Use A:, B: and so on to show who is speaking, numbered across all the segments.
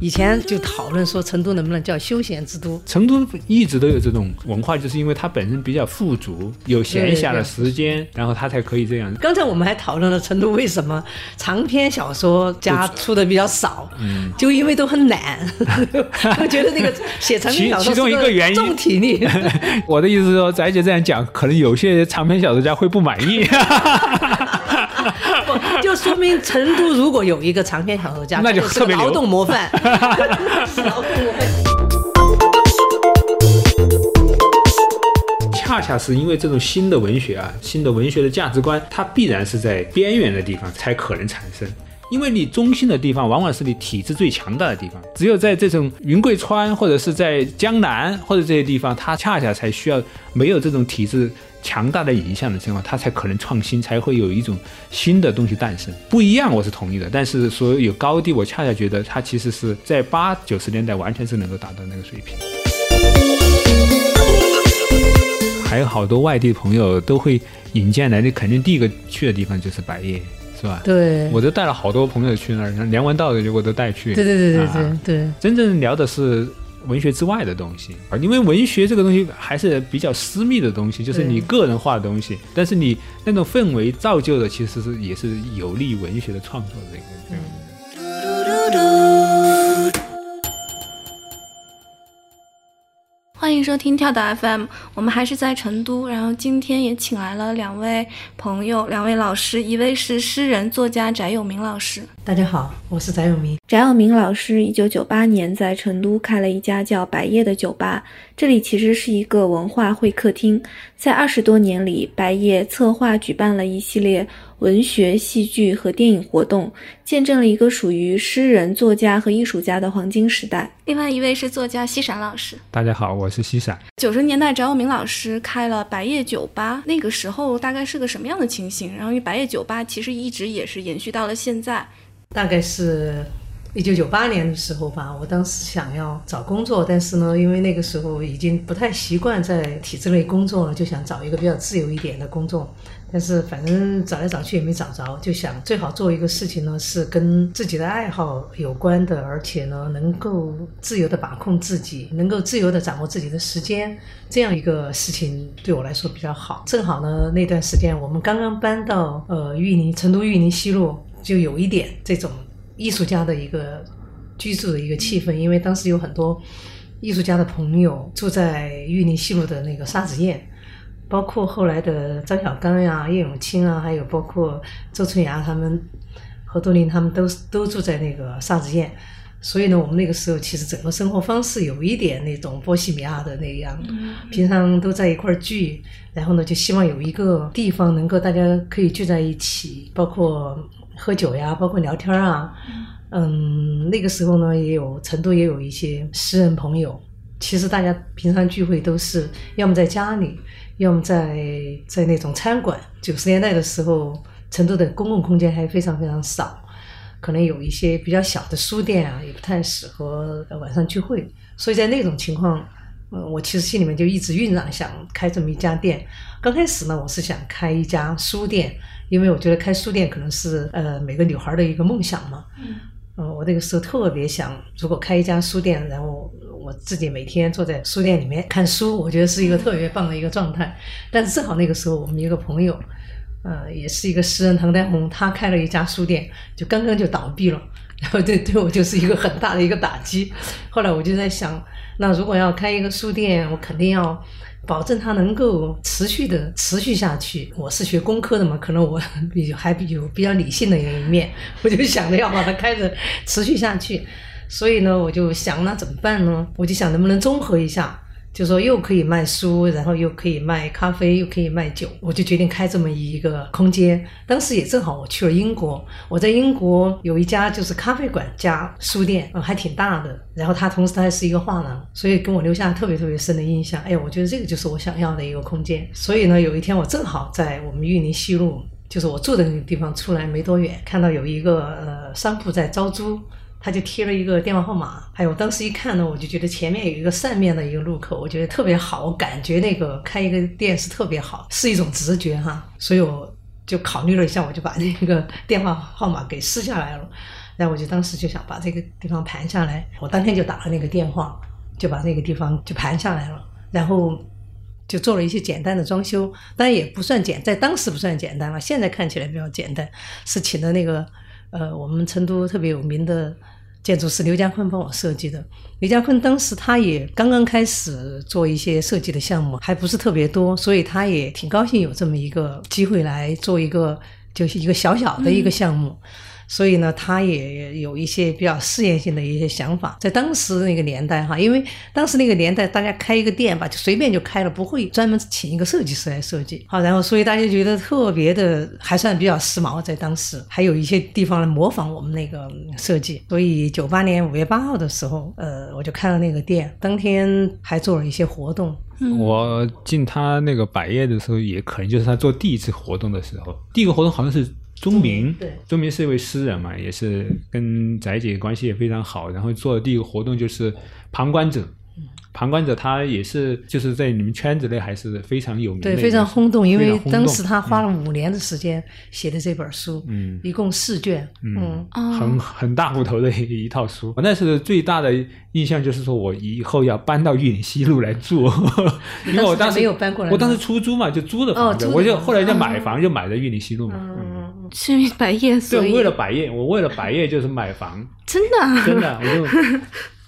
A: 以前就讨论说成都能不能叫休闲之都，
B: 成都一直都有这种文化，就是因为它本身比较富足，有闲暇的时间，然后它才可以这样。
A: 刚才我们还讨论了成都为什么长篇小说家出的比较少，
B: 嗯
A: 就因为都很懒。 我觉得那个写长篇小说
B: 其其中一个原因
A: 是重体 力，
B: 我的意思是说，翟姐这样讲，可能有些长篇小说家会不满意，
A: 不就说明成都如果有一个长篇小说家，
B: 那就
A: 就是
B: 特别
A: 个
B: 牛
A: 劳动模 范， 是劳动模范。
B: 恰恰是因为这种新的文学啊，新的文学的价值观，它必然是在边缘的地方才可能产生。因为你中心的地方，往往是你体制最强大的地方。只有在这种云贵川，或者是在江南，或者这些地方，它恰恰才需要没有这种体制强大的影响的情况，它才可能创新，才会有一种新的东西诞生。不一样，我是同意的，但是说有高低，我恰恰觉得它其实是在八九十年代完全是能够达到那个水平。还有好多外地朋友都会引荐来，你肯定第一个去的地方就是百叶，是吧？
A: 对，
B: 我都带了好多朋友去那儿，然后梁文道的我都带去。
A: 对对对对
B: 啊
A: 对对。
B: 真正聊的是文学之外的东西啊，因为文学这个东西还是比较私密的东西，就是
A: 对
B: 你个人化的东西，但是你那种氛围造就的其实是也是有利于文学的创作的一个。这个
C: 欢迎收听跳岛 FM，我们还是在成都，然后今天也请来了两位朋友，两位老师，一位是诗人作家翟有明老师。
A: 大家好，我是翟永明。
C: 翟有明老师一九九八年在成都开了一家叫百叶的酒吧，这里其实是一个文化会客厅。在二十多年里，百叶策划举办了一系列文学、戏剧和电影活动，见证了一个属于诗人、作家和艺术家的黄金时代。另外一位是作家西闪老师。
B: 大家好，我是西闪。
C: 九十年代，翟有明老师开了白夜酒吧，那个时候大概是个什么样的情形？然后，因为白夜酒吧其实一直也是延续到了现在。
A: 大概是一九九八年的时候吧，我当时想要找工作，但是呢，因为那个时候已经不太习惯在体制内工作了，就想找一个比较自由一点的工作。但是反正找来找去也没找着，就想最好做一个事情呢，是跟自己的爱好有关的，而且呢，能够自由的把控自己，能够自由的掌握自己的时间，这样一个事情对我来说比较好。正好呢，那段时间我们刚刚搬到呃玉林，成都玉林西路，就有一点这种艺术家的一个居住的一个气氛，因为当时有很多艺术家的朋友住在玉林西路的那个沙子堰，包括后来的张小刚呀、叶永青啊，还有包括周春芽他们、何多林他们都都住在那个沙子堰。所以呢，我们那个时候其实整个生活方式有一点那种波西米亚的那样，
C: 嗯
A: 平常都在一块儿聚，然后呢，就希望有一个地方能够大家可以聚在一起，包括喝酒呀，包括聊天啊。嗯，那个时候呢，也有成都也有一些诗人朋友。其实大家平常聚会都是要么在家里，要么在在那种餐馆。九十年代的时候，成都的公共空间还非常非常少，可能有一些比较小的书店啊，也不太适合呃晚上聚会。所以在那种情况，嗯，我其实心里面就一直酝酿想开这么一家店。刚开始呢，我是想开一家书店，因为我觉得开书店可能是呃每个女孩的一个梦想嘛。
C: 嗯
A: 呃，我那个时候特别想，如果开一家书店，然后我自己每天坐在书店里面看书，我觉得是一个特别棒的一个状态。但是正好那个时候，我们一个朋友，呃，也是一个诗人唐丹红，他开了一家书店，就刚刚就倒闭了，然后对对我就是一个很大的一个打击。后来我就在想，那如果要开一个书店，我肯定要保证它能够持续的持续下去。我是学工科的嘛，可能我比还比有比较理性的一面，我就想着要把它开着持续下去。所以呢，我就想那怎么办呢？我就想能不能综合一下，就说又可以卖书，然后又可以卖咖啡，又可以卖酒，我就决定开这么一个空间。当时也正好我去了英国，我在英国有一家就是咖啡馆加书店，嗯，还挺大的。然后它同时它还是一个画廊，所以给我留下特别特别深的印象。哎，我觉得这个就是我想要的一个空间。所以呢，有一天我正好在我们玉林西路，就是我住的那个地方出来没多远，看到有一个呃商铺在招租。他就贴了一个电话号码。哎呦，我当时一看呢，我就觉得前面有一个扇面的一个路口，我觉得特别好，我感觉那个开一个店是特别好，是一种直觉哈。所以我就考虑了一下，我就把那个电话号码给撕下来了。然后我就当时就想把这个地方盘下来，我当天就打了那个电话，就把那个地方就盘下来了，然后就做了一些简单的装修，当然也不算简，在当时不算简单了，现在看起来比较简单，是请的那个呃我们成都特别有名的。建筑师刘家坤帮我设计的。刘家坤当时他也刚刚开始做一些设计的项目，还不是特别多，所以他也挺高兴有这么一个机会来做一个就是一个小小的一个项目。所以呢，他也有一些比较试验性的一些想法，在当时那个年代哈，因为当时那个年代大家开一个店吧，就随便就开了，不会专门请一个设计师来设计。好，然后所以大家觉得特别的还算比较时髦，在当时还有一些地方来模仿我们那个设计。所以九八年五月八号的时候，呃，我就开了那个店，当天还做了一些活动。
B: 嗯我进他那个百业的时候，也可能就是他做第一次活动的时候，第一个活动好像是钟鸣，
A: 对
B: 钟鸣是一位诗人嘛，也是跟翟姐关系也非常好，然后做的第一个活动就是旁观者。
A: 嗯
B: 旁观者他也是就是在你们圈子内还是非常有名的一
A: 对，
B: 个，
A: 非常轰动，因
B: 非
A: 为
B: 常轰
A: 当
B: 动
A: 时他花了五年的时间写的这本书，
B: 嗯
A: 一共四卷，嗯
B: 很很大骨头的一一套书。我那时候最大的印象就是说我以后要搬到玉岭西路来 住，因为我
A: 当时
B: 当
A: 还
B: 时
A: 没有搬过来吗
B: 我当时出租嘛，就租的房子，
A: 哦租的
B: 我就
A: 房子
B: 后来就买房，就买在玉岭西路嘛。嗯，
A: 嗯，
C: 是因为百叶，
B: 对，
C: 所以
B: 为了百业，我为了百业就是买 房，
C: 真的啊
B: 真的，我就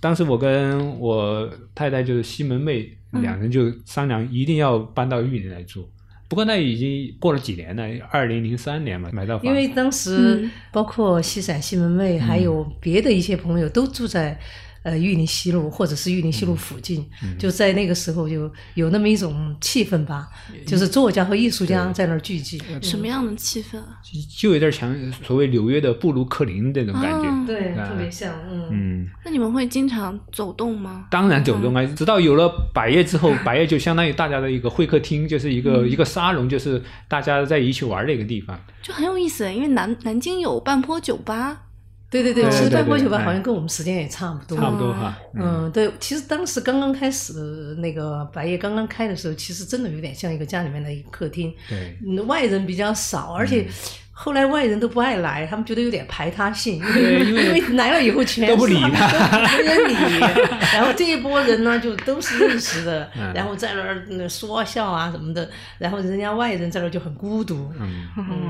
B: 当时我跟我太太就是西门妹
A: 嗯
B: 两人就商量，一定要搬到玉林来住。不过那已经过了几年了，二零零三年嘛，买到房，
A: 因为当时
C: 嗯
A: 包括西陕西门卫，还有
B: 嗯
A: 别的一些朋友都住在。呃，玉林西路或者是玉林
B: 嗯
A: 西路附近，就在那个时候就有那么一种气氛吧，
B: 嗯
A: 就是作家和艺术家在那儿聚集。嗯
C: 什么样的气氛啊？
B: 就有点像所谓纽约的布鲁克林那种感觉。
C: 哦
A: 对，
B: 啊
A: 特别像，嗯，
B: 嗯，
C: 那你们会经常走动吗？
B: 当然走动啊，直到有了百叶之后，百叶就相当于大家的一个会客厅，就是一个、一个沙龙，就是大家在一起玩的一个地方。
C: 就很有意思，欸因为南南京有半坡酒吧，
A: 对对对，
B: 对
A: 其实
B: 对
A: 半坡
B: 对
A: 酒吧
B: 哎
A: 好像跟我们时间也差不多，
B: 差不多哈，嗯
A: 嗯，对，其实当时刚刚开始那个百叶刚刚开的时候，其实真的有点像一个家里面的一个客厅，
B: 对，
A: 嗯外人比较少，而
B: 嗯
A: 且后来外人都不爱来，他们觉得有点排他性， 因为
B: 对因为
A: 来了以后全
B: 都不理
A: 他，都没人理。然后这一波人呢，就都是认识的，
B: 嗯
A: 然后在那儿嗯说笑啊什么的，然后人家外人在那儿就很孤独。
B: 嗯。
C: 嗯，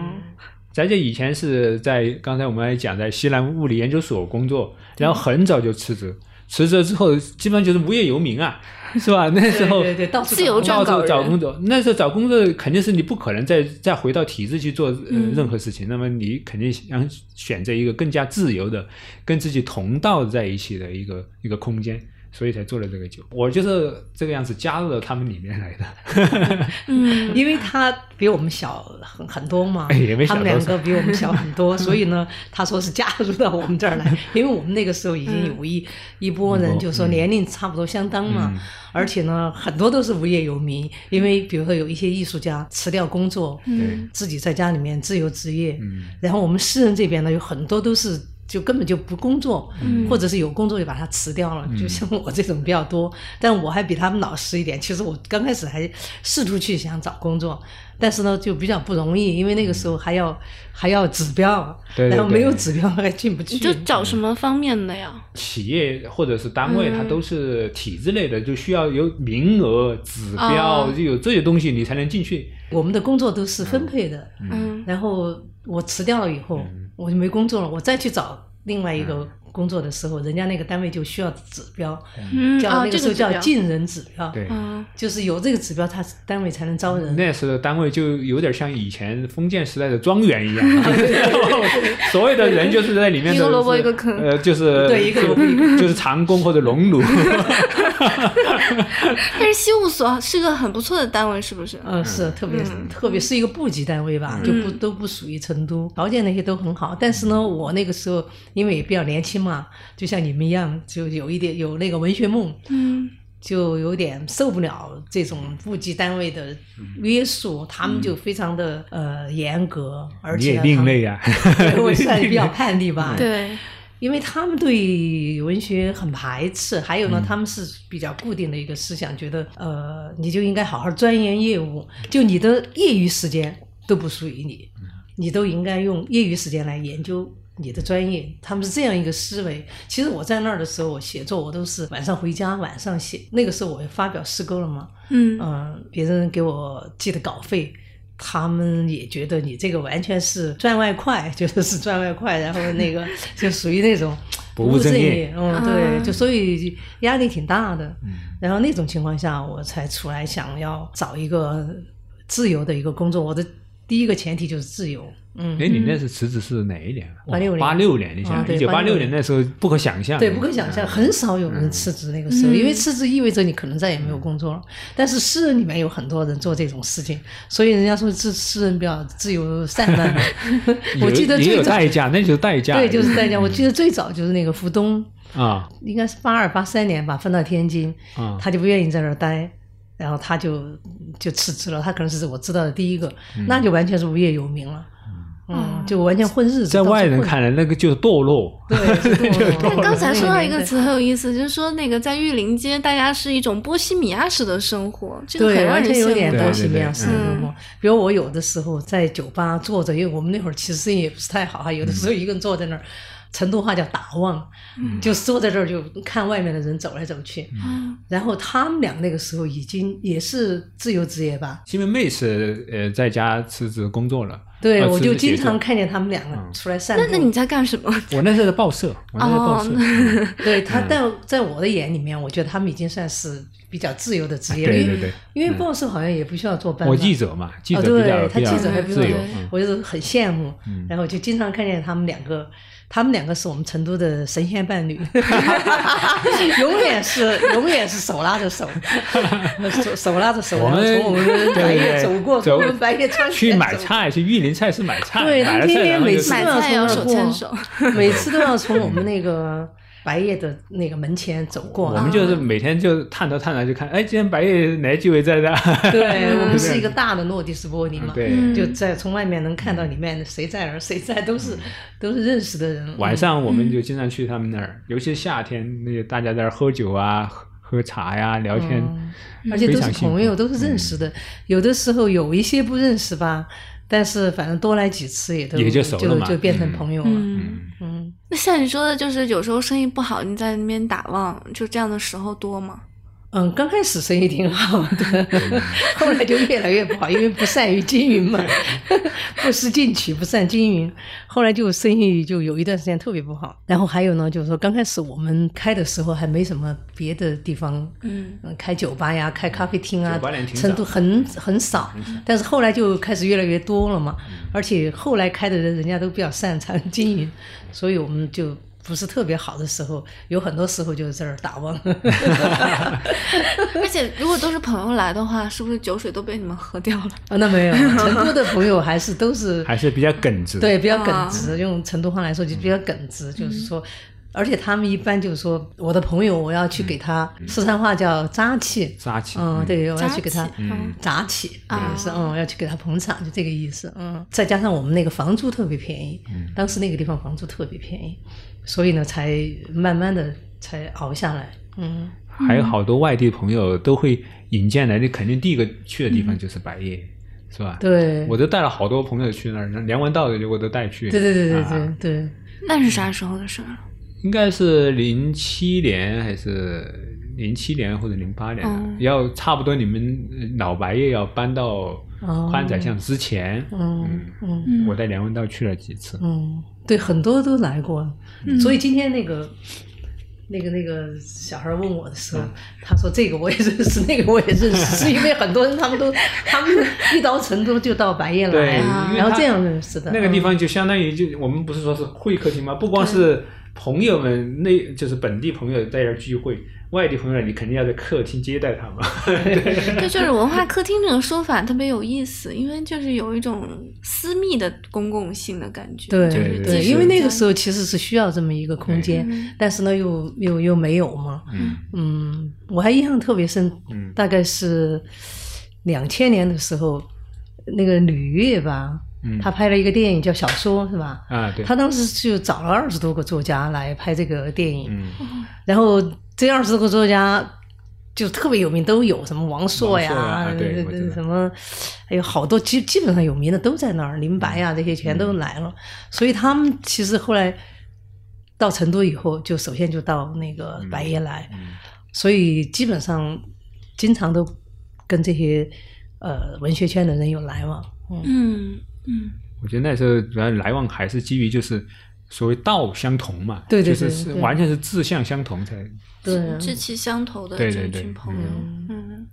B: 翟姐以前是在刚才我们也讲，在西南物理研究所工作，然后很早就辞职，辞职之后基本上就是无业游民啊，是吧？那时候
A: 对对对，到处
C: 自由
A: 找工
B: 到
C: 撰
A: 作
C: 稿
B: 处找
C: 人
B: 工作，那时候找工作肯定是你不可能再再回到体制去做、呃
C: 嗯
B: 任何事情，那么你肯定想选择一个更加自由的、跟自己同道在一起的一个一个空间。所以才做了这个酒，我就是这个样子加入了他们里面来的。
D: 嗯
C: 嗯
A: 因为他比我们小很很多嘛，
B: 哎也没小
A: 他们
B: 多
A: 两
B: 少
A: 个比我们小很 多，所以呢，他说是加入到我们这儿来，因为我们那个时候已经有一、一波人，就说年龄差不多相当嘛，
B: 嗯
A: 而且呢，很多都是无业游民，因为比如说有一些艺术家辞掉工作，
D: 嗯
C: 嗯
B: 对，
A: 自己在家里面自由职业，
B: 嗯，
A: 然后我们诗人这边呢，有很多都是就根本就不工作，
C: 嗯
A: 或者是有工作就把它辞掉
B: 嗯
A: 了，就像我这种比较多。 但我还比他们老实一点，其实我刚开始还试图去想找工作，但是呢就比较不容易，因为那个时候还要、还要指标，
B: 嗯对对
A: 然后没有
B: 对
A: 指标 还进不去。
C: 你就找什么方面的呀？
B: 企业或者是单位，
C: 嗯
B: 它都是体制类的，就需要有名额、指标，
C: 哦
B: 就有这些东西你才能进去。
A: 我们的工作都是分配的，
C: 嗯，
A: 然后我辞掉了以后，
B: 嗯
A: 我就没工作了，我再去找另外一个工作的时候，人家那个单位就需要指标，
C: 嗯
A: 叫、
C: 啊，
A: 那
C: 这
A: 个时候
C: 个
A: 叫
C: 指标
A: 尽人指标。
B: 对，
C: 嗯
A: 就是有这个指标，它单位才能招人。
B: 那时候单位就有点像以前封建时代的庄园一样， 所有的人就是在里面
C: 一个萝卜一个坑
B: 呃，就 是
A: 对一个萝卜一
B: 就是长工或者 农奴。
C: 但是西务所是个很不错的单位，是不是？
A: 嗯，是特别、特别是一个部级单位吧，就不都不属于成都，条件那些都很好。但是呢，我那个时候因为也比较年轻嘛，就像你们一样，就有一点有那个文学梦，
C: 嗯，
A: 就有点受不了这种部级单位的
B: 嗯
A: 约束，他们就非常的、呃严格，而
B: 你
A: 且
B: 也
A: 呢
B: 另类嗯啊，
A: 他们 我算是比较叛逆吧，
C: 对，
A: 因为他们对文学很排斥，还有呢，他们是比较固定的一个思想，觉得呃，你就应该好好钻研业务，就你的业余时间都不属于你，你都应该用业余时间来研究你的专业，他们是这样一个思维。其实我在那儿的时候，我写作我都是晚上回家晚上写。那个时候我发表诗歌了嘛，
C: 嗯
A: 嗯，别人给我寄的稿费，他们也觉得你这个完全是赚外快，觉得是赚外快，然后那个就属于那种
B: 不务正业嗯
A: 业，嗯，对，
C: 啊
A: 就所以压力挺大的。然后那种情况下，我才出来想要找一个自由的一个工作。我的第一个前提就是自由，嗯，
B: 哎，你那是辞职是哪一年啊？
A: 86年
B: 八六年，你
A: 啊
B: 想，一
A: 对
B: 九八六
A: 86
B: 年那时候不可想象，
A: 对，不可想象，
B: 嗯嗯
A: 很少有人辞职那个时候，
C: 嗯
A: 因为辞职意味着你可能再也没有工作了。但是诗人里面有很多人做这种事情，所以人家说这诗人比较自由散漫。我
B: 有
A: 记得
B: 也
A: 最
B: 有
A: 早
B: 代价，那就是代价，
A: 对，就是大 家，我记得最早就是那个福东，
B: 啊
A: 应该是八二八三年吧，分到天津，
B: 啊，
A: 他就不愿意在那儿待。然后他就就辞职了，他可能是我知道的第一个，
B: 嗯
A: 那就完全是无业游民了，
D: 哦
A: 嗯，就完全混日子。
B: 在外人
A: 到处混，
B: 看来那个就是堕落，
A: 对，就堕落
D: 但刚才说到一个
A: 对
D: 词很有意思，就是说那个在玉林街，大家是一种波西米亚式的生活，这个
A: 对，
D: 很让
A: 完
D: 人
A: 全有点
D: 羡慕。嗯
A: 波西米亚
B: 对
A: 式的幽默。比如我有的时候在酒吧坐着，因为我们那会儿其实生意也不是太好啊哈，有的
B: 嗯
A: 时候一个人坐在那儿，成都话叫打望，就坐在这儿就看外面的人走来走去。
B: 嗯
A: 然后他们俩那个时候已经也是自由职业吧，
B: 因为妹是呃在家辞职工作了，
A: 对
B: 呃
A: 我就
B: 辞职嗯写
A: 经
B: 作
A: 常看见他们两个出来散步。
D: 那那你在干什么？
B: 我那时候在报社，我那时候在报社
D: 哦
B: 嗯，
A: 对他，但在我的眼里面，我觉得他们已经算是比较自由的职业了，
B: 对
A: 因
B: 对
A: 为
B: 对，
A: 因为报社好像也不需要坐班吧。
B: 我记者嘛，记者
A: 哦，
B: 比较
A: 对，他
B: 比较
A: 记者还比较
B: 自由
A: 对，
B: 嗯
A: 我就是很羡慕
B: 嗯，
A: 然后就经常看见他们两个，他们两个是我们成都的神仙伴 侣， 永远是永远是手拉着 手，手手拉着手，
B: 我
A: 然后
B: 们
A: 从我们白
B: 对
A: 夜走过，从
B: 走
A: 我们白夜穿
B: 去
A: 梭
B: 买
A: 走
B: 菜，去玉林菜市买菜，
A: 对
B: 买
A: 他
B: 了
A: 天
B: 菜
A: 天
B: 然后就
A: 每次
D: 买
A: 都要
D: 菜
A: 从
D: 要
A: 那儿
D: 手
A: 过
D: 牵手，
A: 每次都要从我们那个白夜的那个门前走过，啊
B: 我们就是每天就探头探脑就看，哎，今天白夜哪几位在这？
A: 对我们是一个大的诺迪斯玻璃嘛，
B: 对，
A: 就在从外面能看到里面谁在哪儿，谁在都
B: 嗯
A: 是都是认识的人，
B: 晚上我
A: 嗯
B: 们就经常去他们那儿，尤其是夏天，那个大家在那儿喝酒啊、喝喝茶呀、聊天，
A: 哦嗯而且
B: 非
A: 都
B: 常
A: 是
B: 幸
A: 朋
B: 福。嗯
A: 友，都是认识的。有的时候有一些不认识吧，但是反正多来几次也都
B: 也就
A: 就
B: 熟了嘛
A: 就变成
B: 嗯
A: 朋友了。
D: 嗯，
A: 嗯，
D: 那像你说的，就是有时候生意不好，你在那边打望，就这样的时候多吗？
A: 嗯，刚开始生意挺好的，后来就越来越不好，因为不善于经营嘛， 不思进取，不善经营，后来就生意就有一段时间特别不好。然后还有呢，就是说刚开始我们开的时候还没什么别的地方，
D: 嗯，
A: 开酒吧呀，开咖啡厅啊
B: 酒吧连，停
A: 成
B: 少嗯
A: 都很很少，但是后来就开始越来越多了嘛，而且后来开的人人家都比较擅长经营，所以我们就。不是特别好的时候，有很多时候就是在这儿打 望。
D: 而且如果都是朋友来的话，是不是酒水都被你们喝掉了？
A: 啊，那没有， 成都的朋友还是都是
B: 还是比较耿直。，
A: 对比较
D: 啊嗯
A: 耿直，用成都话来说就比较耿直，就是说，而且他们一般就是说，我的朋友我要去给他，四川话叫扎气，
B: 扎气。
A: 嗯，对，我要
D: 扎
A: 去给他
D: 气嗯
A: 扎气，
D: 啊
A: 就是嗯，我要去给他捧场，就这个意思，嗯，再加上我们那个房租特别便宜，当时那个地方房租特别便宜，所以呢，才慢慢的才熬下来，嗯，
B: 还有好多外地朋友都会引荐来，你肯定第一个去的地方就是白夜，是吧？
A: 嗯对，
B: 我都带了好多朋友去那儿，梁文道的我都带去。
A: 对对对对对
B: 啊
A: 对。 嗯
D: 那是啥时候的事儿？
B: 应该是零七年还是零七年或者零八年、
D: 哦
B: 要差不多你们呃老白夜要搬到宽窄巷之前，
A: 嗯哦嗯
B: 我带梁文道去了几次，
A: 嗯，对，很多都来过，
B: 嗯
A: 所以今天那个。那个那个小孩问我的时候，
B: 嗯
A: 他说这个我也认识，那个我也认识，是因为很多人他们都他们一到成都就到白夜
B: 对
A: 来，
B: 因为
A: 然后
B: 他
A: 这样认识的。
B: 那个地
A: 嗯
B: 方就相当于就我们不是说是会客厅吗？不光是朋友们，那就是本地朋友在这儿聚会，外地朋友你肯定要在客厅接待他们。
D: 对，就是文化客厅这个说法特别有意思，因为就是有一种私密的公共性的感觉。
A: 对
B: 对
A: 对
B: 对
A: 因为
D: 是
A: 那个时候其实是需要这么一个空间，但是呢又又又没有嘛。
B: 嗯
A: 嗯，我还印象特别深，
B: 嗯
A: 大概是两千年的时候，那个吕越吧，
B: 嗯
A: 他拍了一个电影叫《小说》，是吧？
B: 啊，对，
A: 他当时就找了二十多个作家来拍这个电影，
B: 嗯
A: 然后这二十多个作家就特别有名都有，什么王朔呀，
B: 王朔呀啊对
A: 这
B: 我
A: 这
B: 知道
A: 什么，还有好多基基本上有名的都在那儿，林白呀啊这些全都来
B: 嗯
A: 了，所以他们其实后来到成都以后，就首先就到那个白夜来，
B: 嗯
A: 所以基本上经常都跟这些呃文学圈的人有来往，嗯，
D: 嗯嗯
B: 我觉得那时候主要来往还是基于就是所谓道相同嘛，
A: 对对
B: 就是
A: 对
B: 是
A: 对
B: 完全是志向相同才，
A: 对啊
D: 志，志气相投的
B: 对
D: 这
B: 对对
D: 群朋友。
A: 嗯
D: 嗯，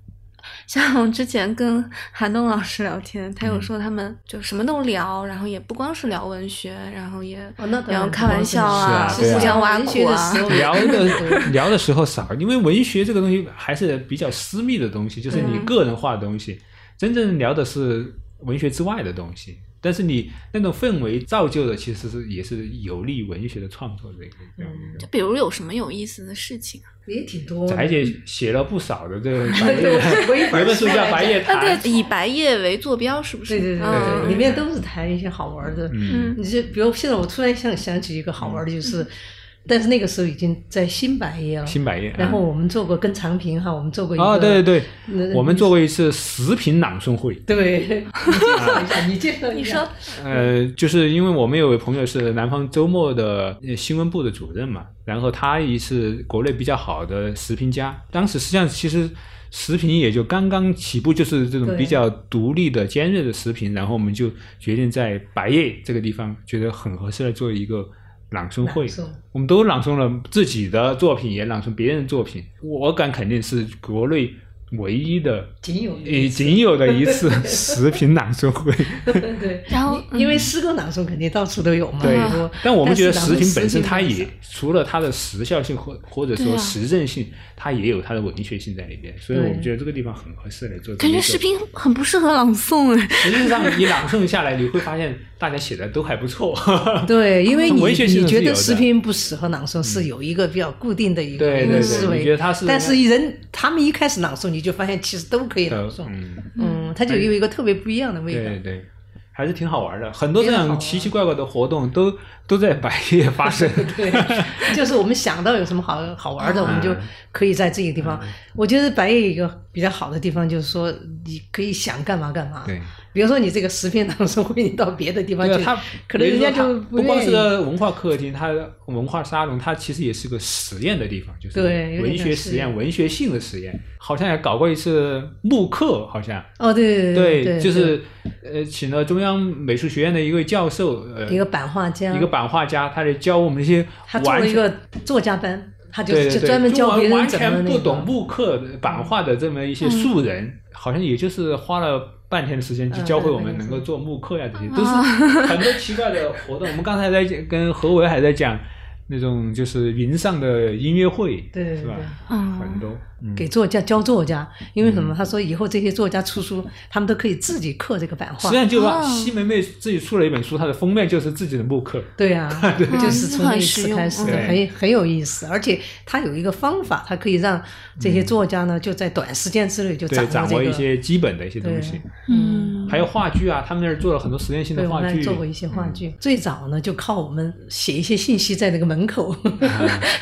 D: 像我之前跟韩东老师聊天，他有
B: 嗯
D: 说他们就什么都聊，然后也不光是聊文学，然后也
A: 哦那当
D: 然后
A: 然
D: 开玩笑啊，
B: 是啊对啊
D: 互相挖
A: 文学
D: 苦
A: 的
D: 啊
A: 时，候
B: 聊
A: 对
B: 的 聊的时候少，因为文学这个东西还是比较私密的东西，就是你
D: 嗯
B: 个人化的东西。真正聊的是文学之外的东西，但是你那种氛围造就的其实是也是有利文学的创作这个
A: 嗯
B: 这样一
D: 就
B: 个。
D: 比如有什么有意思的事情啊，
A: 也挺多的，
B: 翟姐写了不少的这个白
A: 对我
B: 夜
A: 一，本
B: 有一本书
A: 书
B: 叫
A: 来
B: 《
A: 着
B: 白夜
D: 啊
B: 谈》，
D: 对，以白夜为坐标，是不
A: 对
D: 是？
A: 对对
D: 嗯
A: 对，里面都是谈一些好玩的，
B: 嗯，
A: 你就比如现在我突然想想起一个好玩的，就是，但是那个时候已经在新百业了，
B: 新白夜。
A: 然后
B: 嗯
A: 我们做过跟长平哈，我们做过一个，
B: 啊，对对对，
A: 那
B: 我们做过一次食品朗诵会，
A: 对，你介绍一
B: 啊
A: 下，你介绍一下，
D: 你说
B: 呃，
A: 嗯
B: 就是因为我们有位朋友是南方周末的呃新闻部的主任嘛，然后他也是国内比较好的食评家。当时实际上其实食评也就刚刚起步，就是这种
A: 对
B: 比较独立的、尖锐的食评。然后我们就决定在白夜这个地方，觉得很合适的做一个朗诵会。
A: 朗诵
B: 我们都朗诵了自己的作品，也朗诵别人的作品。我敢肯定是国内唯一的。
A: 仅有一
B: 也仅有的一次 食品朗诵会，
A: 对对，
D: 然后嗯
A: 因因为诗歌朗诵肯定到处都有嘛，
B: 对
A: 很多，
B: 嗯但我们觉得食品
A: 嗯是
B: 本身它
A: 朗诵
B: 也除了它的时效性或或者
D: 对
B: 说
D: 啊
B: 实证性，它也有它的文学性在里边，所以我们
A: 对
B: 觉得这个地方很合适来做这
D: 感
B: 么一
D: 觉
B: 个。
D: 视频很不适合朗诵哎，
B: 实际上你朗诵下来，你会发现大家写的都还不错。
A: 对，因为你
B: 文学性
A: 你
B: 是
A: 觉
B: 有
A: 得
B: 的嗯
A: 视频不适合朗诵，是有一个比较固定的一个
B: 对
D: 对对
A: 思维，
B: 你觉得它是
A: 但是人他们一开始朗诵，你就发现其实都可以朗诵，
B: 嗯，
A: 嗯，它就有一个特别不一样的味道
B: 对。对，还是挺好玩的。很多这
A: 非常好
B: 样
A: 玩
B: 奇奇怪怪的活动都都在白夜发生。
A: 对，就是我们想到有什么好好玩的，我们
B: 嗯
A: 就可以在这个地方。我觉得白夜一个比较好的地方就是说，你可以想干嘛干嘛。
B: 对，
A: 比如说你这个食品朗诵会，你到别的地方
B: 对啊，
A: 去
B: 它，
A: 可能人家就
B: 不光
A: 愿
B: 是
A: 意
B: 个文化客厅，它文化沙龙，它其实也是个实验的地方，就是
A: 对有点
B: 文
A: 像
B: 学
A: 实
B: 实验、
A: 验
B: 文学性的实验。好像也搞过一次慕课，好像
A: 哦，对对对，
B: 就是呃，请了中央美术学院的一位教授，呃，
A: 一个版画家，
B: 一个版画家，他来教我们一些
A: 他做
B: 完
A: 了一
B: 全。
A: 个作家班，他就
B: 对对
A: 就
B: 对，
A: 专门教别
B: 完
A: 人怎么
B: 全
A: 那
B: 不
A: 个。嗯
B: 懂慕课版画的这么一些素人，好像也就是花了半天的时间就
A: 嗯
B: 教会我
A: 半
B: 们
A: 天
B: 能
A: 时
B: 够
A: 间
B: 做慕课呀，这些
A: 嗯
B: 都是很多奇怪的活动。我们刚才在讲跟何为还在讲那种就是云上的音乐会，
A: 对对
B: 是吧
A: 对？哦
B: 很
D: 嗯，
B: 多嗯
A: 给作家教作家，因为什么？他说以后这些作家出书，他们都可以自己刻这个版
B: 实
A: 画
B: 际。上就是说
D: 哦
B: 西梅梅自己出了一本书，她的封面就是自己的慕课。
A: 对 呀、就是从那一次开始的，
B: 嗯
A: 很很有意思。而且他有一个方法，他可以让这些作家呢，就在短时间之内就
B: 嗯对，掌
A: 握这
B: 握一
A: 个。
B: 些基本的一些东西
A: 对，
D: 嗯
B: 还有话剧啊，他们那儿做了很多实验性
A: 对，
B: 的
A: 我
B: 话
A: 们
B: 剧，嗯
A: 还做过一些话剧。最早呢，就靠我们写一些信息在那个门口，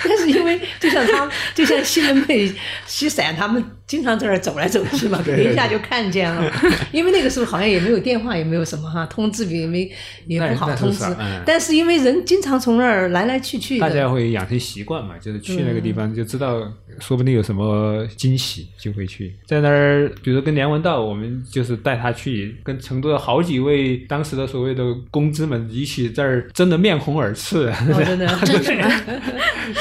A: 但是因为就像他，就像西门妹、西闪他们经常在那儿走来走去嘛，可
B: 对
A: 能一下就看见了。因为那个时候好像也没有电话，也没有什么哈，通知也没也
B: 那
A: 不好
B: 那是
A: 通知
B: 啥嗯。
A: 但是因为人经常从那儿来来去去
B: 大家
A: 的，
B: 会养成习惯嘛，就是去
A: 对
B: 那个地方就知道，说不定有什么惊喜就会去。在那儿，比如说跟梁文道，我们就是带他去，跟成都的好几位当时的所谓的公知们一起在儿争得面红耳赤，
A: 哦 真的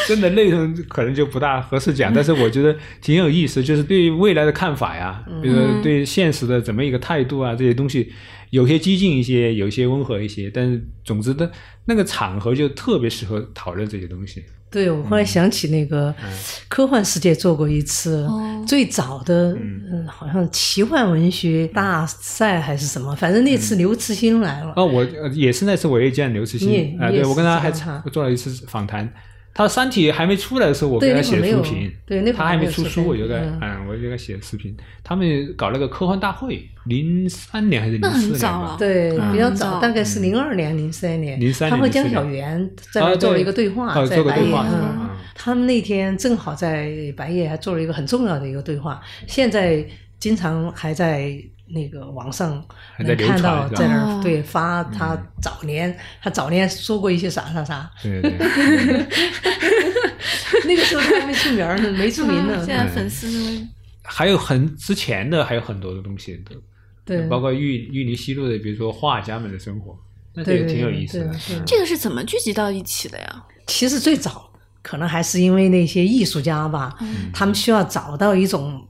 B: 真的内容可能就不大合适讲，但是我觉得挺有意思，就是对未来的看法呀，比如说对现实的怎么一个态度啊，这些东西，有些激进一些，有些温和一些，但是总之的那个场合就特别适合讨论这些东西。
A: 对，我后来想起那个
B: 嗯
A: 科幻世界做过一次，
D: 哦
A: 最早的
B: 嗯
A: 嗯，好像奇幻文学大赛还是什么，反正那次刘慈欣来了。
B: 嗯哦，我呃也是那次我也见刘慈
A: 你
B: 欣
A: 也
B: 啊，
A: 你也
B: 对我跟
A: 是
B: 他还
A: 这样哈
B: 做了一次访谈。他《三体》还没出来的时候，我
A: 对
B: 给他
A: 那会儿
B: 写了
A: 没
B: 书
A: 有
B: 评。
A: 对那会儿
B: 他还
A: 没
B: 没
A: 有
B: 出
A: 出
B: 书，
A: 版
B: 我就给他
A: 嗯
B: 嗯，我就给他写了视频。他们搞了个科幻大会，零三年还是
D: 那
B: 零
D: 很
B: 四年
D: 早
B: 吧
D: 了？
A: 对，
B: 嗯
A: 比较
D: 很
A: 早，
D: 早
A: 大概是零二年、零三年，
B: 03年
A: 他和
B: 04
A: 江
B: 年
A: 小圆在那
B: 啊
A: 儿做了
B: 对
A: 一个对话，
B: 哦
A: 在
B: 做个
A: 白
B: 对
A: 夜
B: 话是吧
A: 嗯
B: 嗯
A: 他们那天正好在白夜还做了一个很重要的一个对话，现在经常还在那个网上
B: 还在
A: 能
B: 流
A: 看
B: 传
A: 到，
B: 是吧嗯
A: 在那
D: 哦
A: 儿对发他早年他早年说过一些啥啥啥，
B: 对对对，
A: 那个时候他还没出名儿 呢，没出名呢
D: 啊现。在粉丝都会
B: 还有很之前的还有很多的东西的，
A: 对，
B: 包括玉玉林西路的，比如说画家们的生活，那这
A: 对
B: 也
A: 对
B: 挺有
A: 对
B: 意思
A: 对啊
B: 的。
A: 对
B: 嗯
D: 这个是怎么聚集到一起的呀？
A: 其实最早可能还是因为那些艺术家吧，
D: 嗯
A: 他们需要找到一种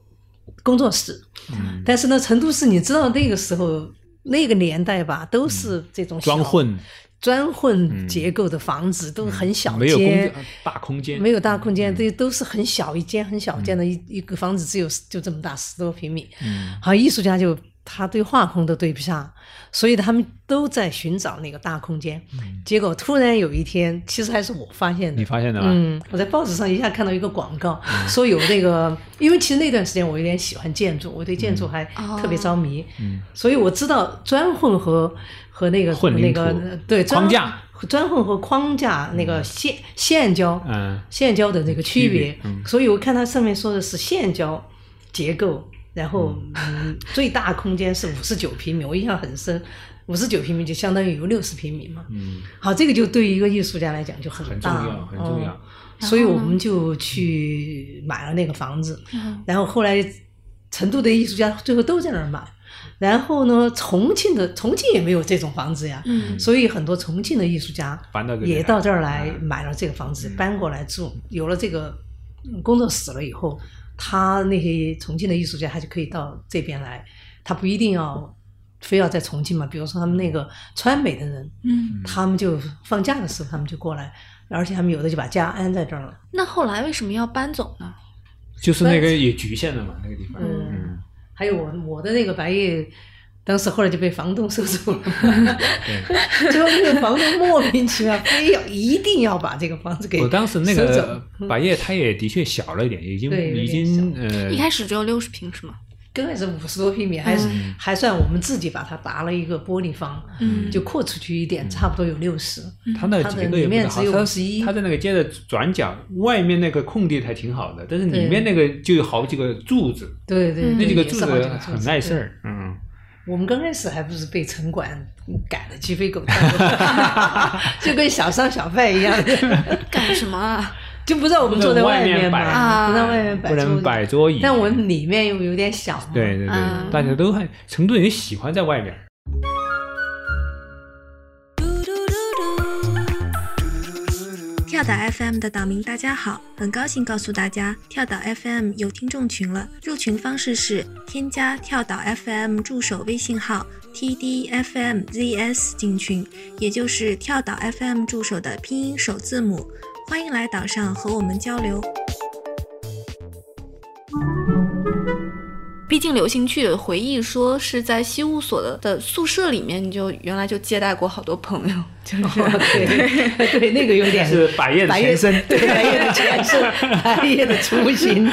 A: 工作室。
B: 嗯
A: 但是呢，成都市你知道那个时候那个年代吧，都是这种小
B: 装嗯混嗯
A: 砖混结构的房子，都很小
B: 没有空
A: 间
B: 间。嗯大空间，
A: 没有大空间，这些都是很小一间很小间的一、一个房子，只有就这么大十多平米。
B: 嗯
A: 好，艺术家就他对画空都对不上，所以他们都在寻找那个大空间。结果突然有一天，其实还是我发现的
B: 嗯你。发现嗯的吧？
A: 嗯，我在报纸上一下看到一个广告，说有那个，因为其实那段时间我有点喜欢建筑，我对建筑还
D: 嗯
A: 特别着迷，
B: 嗯
A: 所以我知道砖混和和那个
B: 混凝
A: 那
B: 土
A: 个对砖
B: 框架
A: 砖混和框架那个线线胶，
B: 嗯
A: 线胶的那个区别
B: 区，别嗯
A: 所以我看它上面说的是线胶结构，然后嗯， 最大空间是五十九平米，我印象很深，五十九平米就相当于有六十平米嘛。
B: 嗯，
A: 好，这个就对于一个艺术家来讲就很
B: 很重
A: 大，
B: 要，很重要
A: 嗯。所以我们就去买了那个房子，
D: 嗯
A: 然后后来成都的艺术家最后都在那儿买，然后呢，重庆的重庆也没有这种房子呀，
D: 嗯
A: 所以很多重庆的艺术家
B: 搬到这边来
A: 也到这儿来
B: 嗯
A: 买了这个房子，搬过来住。有了这个嗯工作室了以后，他那些重庆的艺术家他就可以到这边来，他不一定要非要在重庆嘛。比如说他们那个川美的人，
D: 嗯。
A: 他们就放假的时候他们就过来，而且他们有的就把家安在这儿了。
D: 那后来为什么要搬走呢？
B: 就是那个也局限了嘛，那个地方。
A: 嗯
B: 嗯，
A: 还有我我的那个白夜，当时后来就被房东收走了，
B: 嗯对，
A: 最后那个房东莫名其妙非要一定要把这个房子给
B: 我当时那
A: 收走
B: 个百叶，它也的确小了一点，已
A: 嗯
B: 经
A: 对有点
B: 已经呃
D: 一，开始只有六十平是吗？
A: 刚开始五十多平米，还是、
B: 嗯
A: 还算我们自己把它搭了一个玻璃房，
D: 嗯
A: 就扩出去一点，差不多有六十。
B: 它那
A: 它的
B: 结构也不
A: 里
B: 太
A: 面
B: 好，
A: 只有
B: 它
A: 51
B: 它在那个街的转角，外面那个空地还挺好的，但是里
A: 对
B: 面那个就有好几个柱子，
A: 对对，
D: 嗯
B: 那
A: 对
B: 几个
A: 也
B: 柱
A: 是
B: 子
A: 好几个
B: 很碍事
A: 对
B: 儿。嗯，
A: 我们刚开始还不是被城管赶得鸡飞狗跳的， 就跟小商小贩一样，
D: 干什么啊？
A: 就不让我们坐在
B: 外
A: 面
B: 摆
A: 嘛，不让外面摆
B: 不能
A: 桌
B: 摆桌椅。
A: 但我们啊里面又有点小嘛，
B: 对对
D: 嗯
B: 对，大家都还成都人喜欢在外面。
C: 跳岛 FM 的岛民大家好，很高兴告诉大家，跳岛 FM 有听众群了。入群方式是添加跳岛 FM 助手微信号 tdfmzs 进群，也就是跳岛 FM 助手的拼音首字母。欢迎来岛上和我们交流。
D: 毕竟刘星去回忆说是在西务所的的宿舍里面，你就原来就接待过好多 朋友，就是、
A: 对对，那个有点
B: 是百叶的
A: 白
B: 前
A: 夜
B: 身
A: 对白夜的前身， 白夜的雏形。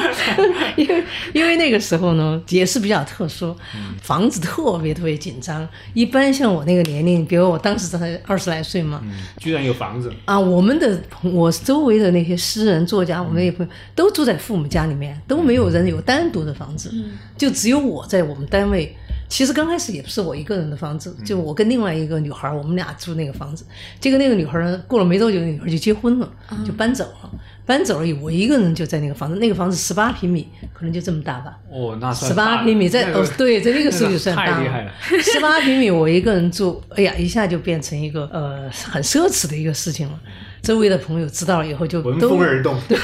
A: 因为因为那个时候呢，也是比较特殊，
B: 嗯
A: 房子特别特别紧张。一般像我那个年龄，比如我当时才二十来岁嘛，
B: 嗯，居然有房子，
A: 啊，我们的朋我周围的那些诗人、作家，我们也不都住在父母家里面，都没有人有单独的房子，就只有我在我们单位。其实刚开始也不是我一个人的房子，就我跟另外一个女孩儿，我们俩住那个房子。结果那个女孩儿呢，过了没多久，那女孩儿就结婚了，就搬走了。搬走了以后，我一个人就在那个房子，那个房子十八平米，可能就这么大吧。
B: 哦，那算
A: 十
B: 大
A: 八
B: 了
A: 平米在、
B: 那个
A: 哦，对，在那个时候就算
B: 太
A: 大
B: 厉害了。
A: 十八平米我一个人住，哎呀，一下就变成一个呃很奢侈的一个事情了。周围的朋友知道了以后就
B: 闻
A: 都
B: 风而动
A: 对，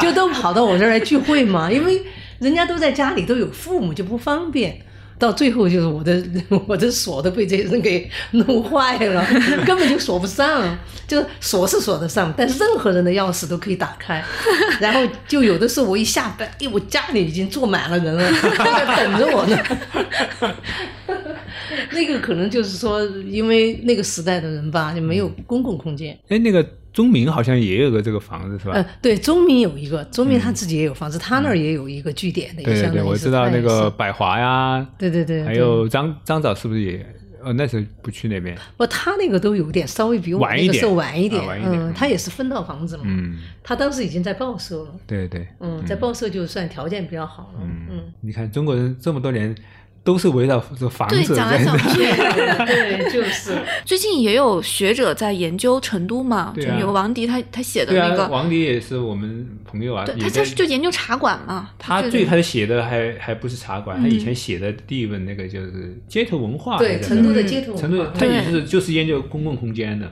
A: 就都跑到我这儿来聚会嘛，因为人家都在家里都有父母就不方便。到最后就是我的 我的锁都被这些人给弄坏了，根本就锁不上。就是锁是锁得上，但是任何人的钥匙都可以打开。然后就有的时候我一下班，哎，我家里已经坐满了人了，在等着我呢。 那个可能就是说，因为那个时代的人吧，就没有公共空间。
B: 哎，那个钟鸣好像也有个这个房子是吧？嗯
A: 呃，对，钟鸣有一个，钟鸣他自己也有房子，他那儿也有一个据点的，
B: 对
A: 也
B: 对
A: 相
B: 对，
A: 当于
B: 我
A: 是
B: 知道
A: 他
B: 那
A: 也
B: 个
A: 是，
B: 百华呀，
A: 对对对，
B: 还
A: 对
B: 有张张枣是不是也？呃，那时候不去那边，
A: 不，他那个都有点稍微比我
B: 晚一
A: 那个
B: 点
A: 时候晚一点，
B: 啊晚一点
A: 嗯，
B: 嗯
A: 他也是分到房子嘛，
B: 嗯，
A: 他当时已经在报社了，
B: 对对，
A: 嗯，在报社就算条件比较好了，嗯
B: 嗯，你看中国人这么多年都是围绕这房
D: 对，
B: 子
D: 讲来
B: 在
D: 讲去，
A: 对，就是，
D: 最近也有学者在研究成都嘛，
B: 对
D: 就
B: 啊
D: 有王迪他他写的
B: 对
D: 那
B: 啊，
D: 个，
B: 王迪也是我们朋友啊，
D: 对
B: 也
D: 他
B: 在
D: 就是就研究茶馆嘛，
B: 他
D: 就
B: 最开始写的还还不是茶馆，他以
D: 嗯
B: 前写的第一本那个就是街头文化，
A: 对，
B: 还是
A: 成都的
D: 嗯
A: 街头文化，
B: 成都他
D: 对
B: 也是就是研究公共空间的，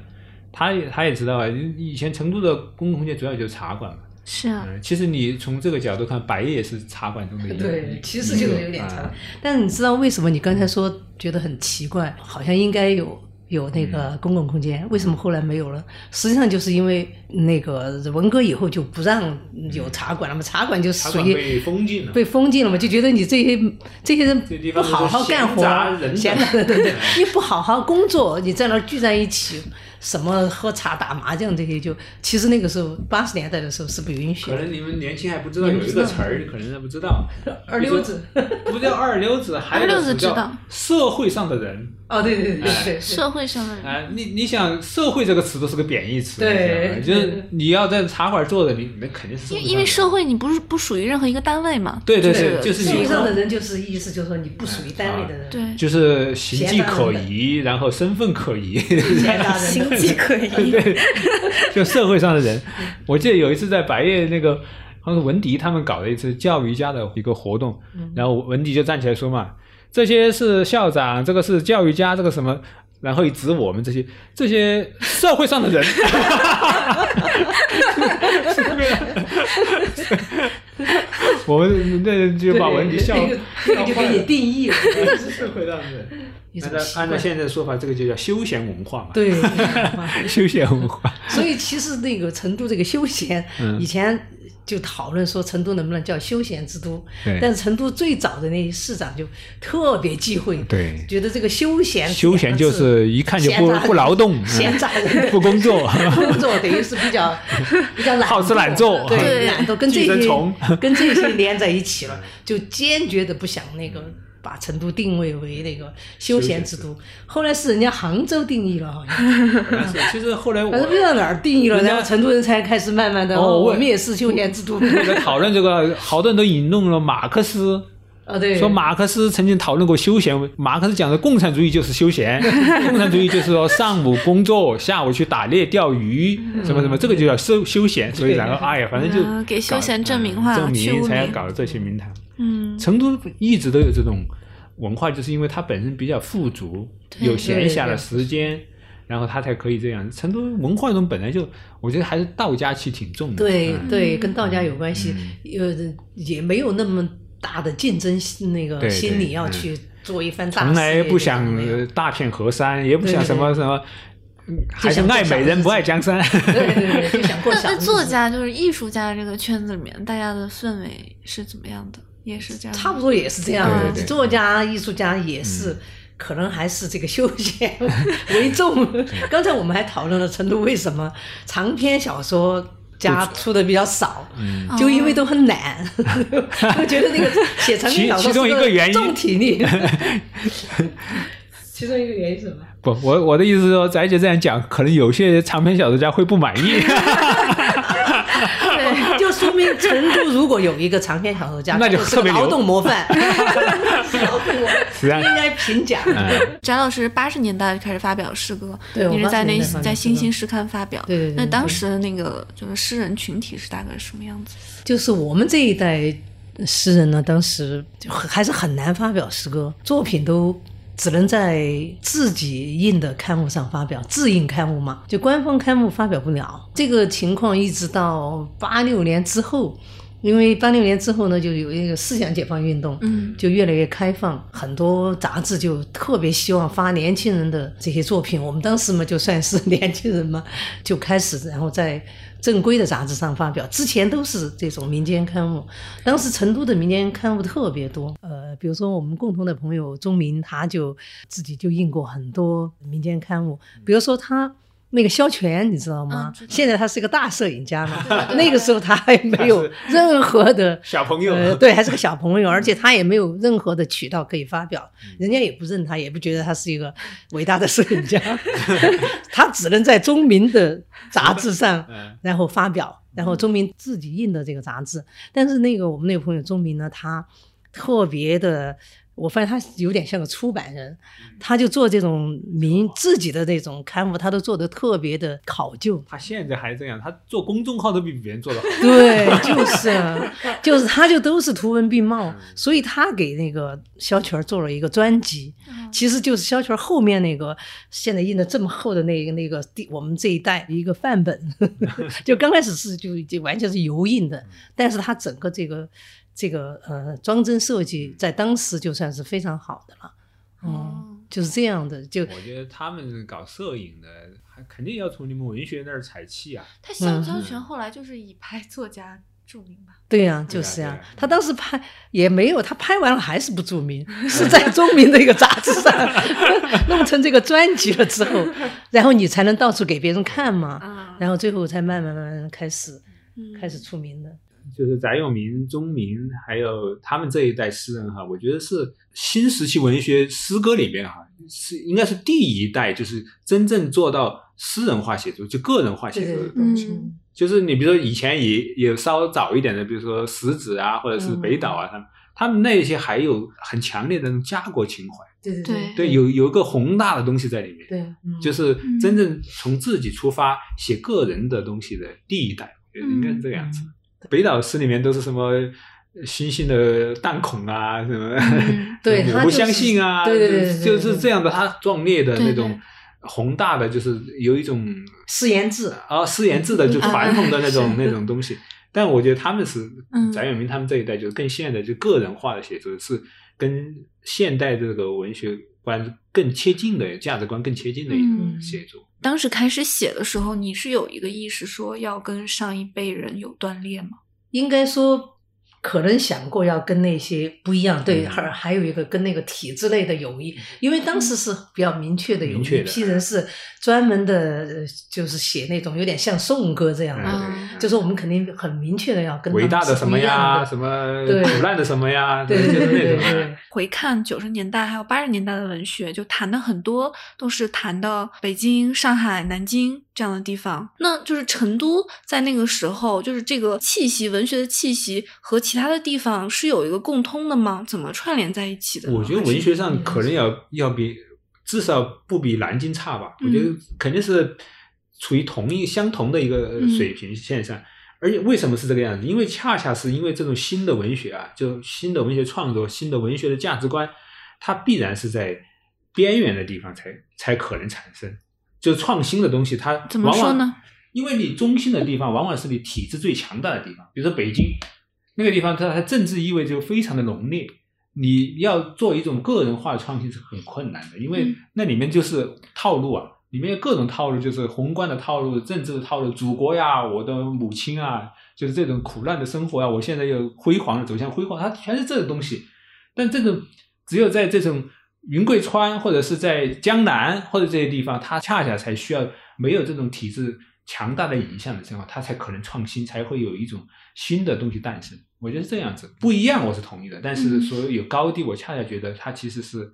B: 他也他也知道啊，以前成都的公共空间主要就是茶馆嘛。
D: 是啊，
B: 嗯，其实你从这个角度看，白夜也是茶馆中的一个啊
A: 对
B: 一，
A: 其实就是有点差。但你知道为什么你刚才说觉得很奇怪，好像应该有有那
B: 嗯
A: 个公共空间，为什么后来没有了？实际上就是因为那个文革以后就不让有茶馆了嘛，茶馆就
B: 茶
A: 属
B: 馆
A: 于
B: 被封禁了。
A: 被封禁了嘛，就觉得你这些这些
B: 这
A: 人
B: 地
A: 不
B: 方
A: 好好干活，
B: 就是闲
A: 闲
B: 杂人
A: 杂对对 对，你不好好工作，你在那儿聚在一起，什么喝茶打麻将这些就，其实那个时候八十年代的时候是不允许
B: 可
A: 的，
B: 能你们年轻还不知道
A: 你
B: 有
A: 们
B: 一
A: 不知
B: 个
A: 道，
B: 词儿，你可能还不知道
A: 二溜 子，
B: 不叫二溜 子，还有
D: 二溜子
B: 一个词
D: 知道
B: 叫社会上的人。
A: 哦，对对对对
B: 嗯
A: 对，
D: 社会上的人，
B: 啊，你你想“社会”这个词都是个贬义词，
A: 对
B: 你知道吗就是你要在茶馆坐着，你那肯定是
D: 因为
B: 上
D: 因为
B: 的
D: 社会你不是不属于任何一个单位嘛，
B: 对对
D: 就是
B: 对，就是
A: 社
B: 你
A: 会上的人就是意思就是说你不属于单位的
B: 啊
A: 人，
D: 对
B: 就是形迹可疑，然后身份可疑，
A: 闲杂人
C: 形迹可疑。
B: 就社会上的人。
A: 嗯
B: 我记得有一次在白夜那个，好像是文迪他们搞的一次教育家的一个活动，
A: 嗯
B: 然后文迪就站起来说嘛，这些是校长，这个是教育家，这个什么。然后一指我们这些这些社会上的 人，我们那就把文迪笑
A: 那个那个就给你定义了，
B: 社会上的 人。
A: 一
B: 按
A: 种
B: 照
A: 习
B: 按照
A: 惯
B: 现在的说法，这个就叫休闲文化嘛。
A: 对，
B: 休闲文化。
A: 所以其实那个成都这个休闲，
B: 嗯
A: 以前就讨论说成都能不能叫休闲之都，
B: 对
A: 但是成都最早的那市长就特别忌讳，
B: 对
A: 觉得这个休闲
B: 休闲就是一看就不
A: 闲杂人
B: 不劳动，
A: 闲杂人
B: 不工作。
A: 工作等于是比较 比较懒，
B: 好吃懒做
A: 对
D: 对
A: 懒惰跟这
B: 寄生虫
A: 些 跟这些连在一起了，就坚决的不想那个把成都定位为那个休闲之都。后来是人家杭州定义了，好 像
B: 但是其实后来我
A: 反正不知道哪儿定义了，
B: 人家
A: 然后成都人才开始慢慢的，
B: 哦
A: 哦，
B: 我
A: 我们也是休闲之都。
B: 为了讨论这个，好多人都引用了马克思。
A: 啊，对，
B: 说马克思曾经讨论过休闲，马克思讲的共产主义就是 休闲，共产主义就是说上午工作，下午去打猎、钓鱼，什么
A: 嗯
B: 什么，这个就叫休休闲。所以然后哎呀，反正就
D: 啊给休
B: 搞
D: 闲正名
B: 嗯
D: 化
B: 证
D: 去
B: 明
D: 污
B: 才
D: 名
B: 搞这些名堂。
D: 嗯，
B: 成都一直都有这种文化，就是因为它本身比较富足，
D: 对
B: 有闲暇的时间，然后它才可以这样。成都文化中本来就，我觉得还是道家气挺重的。
A: 对
B: 嗯
A: 对，跟道家有关系，呃，也没有那么大的竞争心那个
B: 对对
A: 心理要
B: 嗯
A: 去做一番大事业，
B: 从来不想
A: 没有
B: 呃大片河山，也不想什么什么，嗯还是
A: 想过
B: 爱美人不爱江山。
A: 对对对，就想过
D: 那
A: 小
D: 那
A: 日子
D: 作家就是艺术家这个圈子里面，大家的氛围是怎么样的？也是这样吗，
A: 差不多也是这样
D: 对
A: 的，
D: 对
B: 对嗯
A: 作家、艺术家也是。可能还是这个休闲 为重。刚才我们还讨论了成都为什么长篇小说家出的比较少，
B: 嗯
A: 就因为都很懒。 我觉得那个写长篇
B: 其
A: 小说
B: 其中
A: 是
B: 一个原因
A: 重体 力。其中一个原因是什么？
B: 不，我我的意思是说，翟姐这样讲，可能有些长篇小说家会不满 意，
A: 对，就说明成都如果有一个长篇小说家，
B: 那就
A: 他是
B: 特
A: 个
B: 别
A: 劳
B: 牛
A: 动模 范，是劳动模范
B: 实际上
A: 应该评奖。啊
B: 嗯
D: 翟老师八十年代开始发表诗歌，
A: 对我
D: 你是在
A: 80
D: 那
A: 年代发表
D: 在
A: 诗
D: 新
A: 歌
D: 兴诗刊发表。
A: 对对对
D: 那
A: 对
D: 当时的那个就是诗人群体是大概什么样子？
A: 就是我们这一代诗人呢，当时就很还是很难发表诗歌，作品都只能在自己印的刊物上发表，自印刊物嘛，就官方刊物发表不了。这个情况一直到八六年之后。因为八六年之后呢，就有一个思想解放运动，
D: 嗯，
A: 就越来越开放，很多杂志就特别希望发年轻人的这些作品。我们当时嘛，就算是年轻人嘛，就开始然后在正规的杂志上发表。之前都是这种民间刊物，当时成都的民间刊物特别多。
D: 嗯
A: 呃，比如说我们共同的朋友钟明，他就自己就印过很多民间刊物，比如说他。那个萧全，你知道吗？
D: 嗯知道
A: 现在他是个大摄影家嘛
D: 对对，对
A: 那个时候他还没有任何的
B: 小朋友，
A: 呃，对，还是个小朋友，而且他也没有任何的渠道可以发表，
B: 嗯
A: 人家也不认他，也不觉得他是一个伟大的摄影家， 他只能在中民的杂志上，
B: 嗯
A: 然后发表，然后中民自己印的这个杂志。但是那个我们那个朋友钟明呢，他特别的，我发现他有点像个出版人，
B: 嗯
A: 他就做这种民自己的那种刊物，他都做的特别的考究。
B: 他现在还这样，他做公众号都比别人做的好。
A: 对，就是啊 就是，他就都是图文并茂，所以他给那个小曲儿做了一个专辑，其实就是小曲儿后面那个现在印的这么厚的那个那个第我们这一代一个范本， 就刚开始是就就完全是油印的，但是它整个这个这个呃装帧设计在当时就算是非常好的了，嗯。
D: 哦
A: 就是这样的，就
B: 我觉得他们搞摄影的，还肯定要从你们文学那儿采气啊。
D: 他肖
A: 嗯
D: 肖全后来就是以拍作家著名吧？
A: 对呀、就是
B: 对啊
A: 呀、
B: 对啊
A: 他当时拍也没有，他拍完了还是不注明，是在中民的一个杂志 上弄成这个专辑了之后，然后你才能到处给别人看嘛。
D: 啊，
A: 然后最后才慢慢慢慢开始
D: 嗯
A: 开始出名的。
B: 就是翟永明、钟鸣，还有他们这一代诗人哈，我觉得是新时期文学诗歌里面哈，是应该是第一代，就是真正做到私人化写作，就个人化写作的东西。
D: 嗯
B: 就是你比如说以前也也稍早一点的，比如说石子啊，或者是北岛啊，他们他们那些还有很强烈的那种家国情怀，
A: 对
D: 对
B: 嗯对，有有一个宏大的东西在里面，
A: 对，嗯
B: 就是真正从自己出发写个人的东西的第一代，我觉得应该是这个样子。
A: 嗯
B: 北岛诗里面都是什么星星的弹孔啊，什么、
D: 嗯
A: 对
B: 什么
A: 他
B: 我
A: 就
B: 不
A: 是
B: 相信啊，
A: 对对对对对
B: 就
A: 对
B: 就是这样的，他壮烈的
D: 对
B: 那
D: 对
B: 种宏大的，就是有一种
A: 四言志，
B: 啊，四言制的，就
D: 嗯
B: 传统的那种
D: 是
B: 那种东西。但我觉得他们是
D: 嗯
B: 翟永明他们这一代，就是更现代，就个人化的写作，是跟现代这个文学观更贴近的价值观更贴近的一种
D: 嗯
B: 写
A: 啊
B: 作。
D: 当时开始写的时候，你是有一个意识说要跟上一辈人有断裂吗？
A: 应该说可能想过要跟那些不一样，对，
B: 嗯
A: 还还有一个跟那个体制类的友谊，因为当时是比较明确的有
B: 明
A: 一
B: 确的
A: 批人是专门的，呃就是写那种有点像宋歌这样的，
D: 嗯
B: 哎对
A: 就是我们肯定很明确的要跟他们
B: 伟大的
A: 是
B: 什
A: 不
B: 么
A: 一样
B: 呀，
A: 的
B: 什么
A: 对
B: 腐烂的什么呀，
A: 对
B: 就
A: 对对
B: 是那
A: 对
B: 种
A: 对
B: 啊。。
D: 回看九十年代还有八十年代的文学，就谈的很多都是谈到北京、上海、南京这样的地方。那就是成都在那个时候，就是这个气息，文学的气息和其他的地方是有一个共通的吗？怎么串联在一起的呢？啊
B: 我觉得文学上可能要要比至少不比南京差吧，
D: 嗯
B: 我觉得肯定是处于同一相同的一个呃
D: 嗯
B: 水平线上。而且为什么是这个样子？因为恰恰是因为这种新的文学啊，就新的文学创作、新的文学的价值观，它必然是在边缘的地方才才可能产生。就创新的东西，它往往
D: 怎么说呢？
B: 因为你中心的地方，往往是你体制最强大的地方。比如说北京那个地方，它它政治意味就非常的浓烈。你要做一种个人化的创新是很困难的，因为
D: 嗯
B: 那里面就是套路啊，里面有各种套路，就是宏观的套路、政治的套路、祖国呀、我的母亲啊，就是这种苦难的生活啊，我现在又辉煌的走向辉煌，它全是这种东西。但这种只有在这种云贵川或者是在江南或者这些地方，它恰恰才需要没有这种体制强大的影响的情况，它才可能创新，才会有一种新的东西诞生。我觉得是这样子不一样，我是同意的。但是
D: 嗯
B: 说有高低，我恰恰觉得它其实是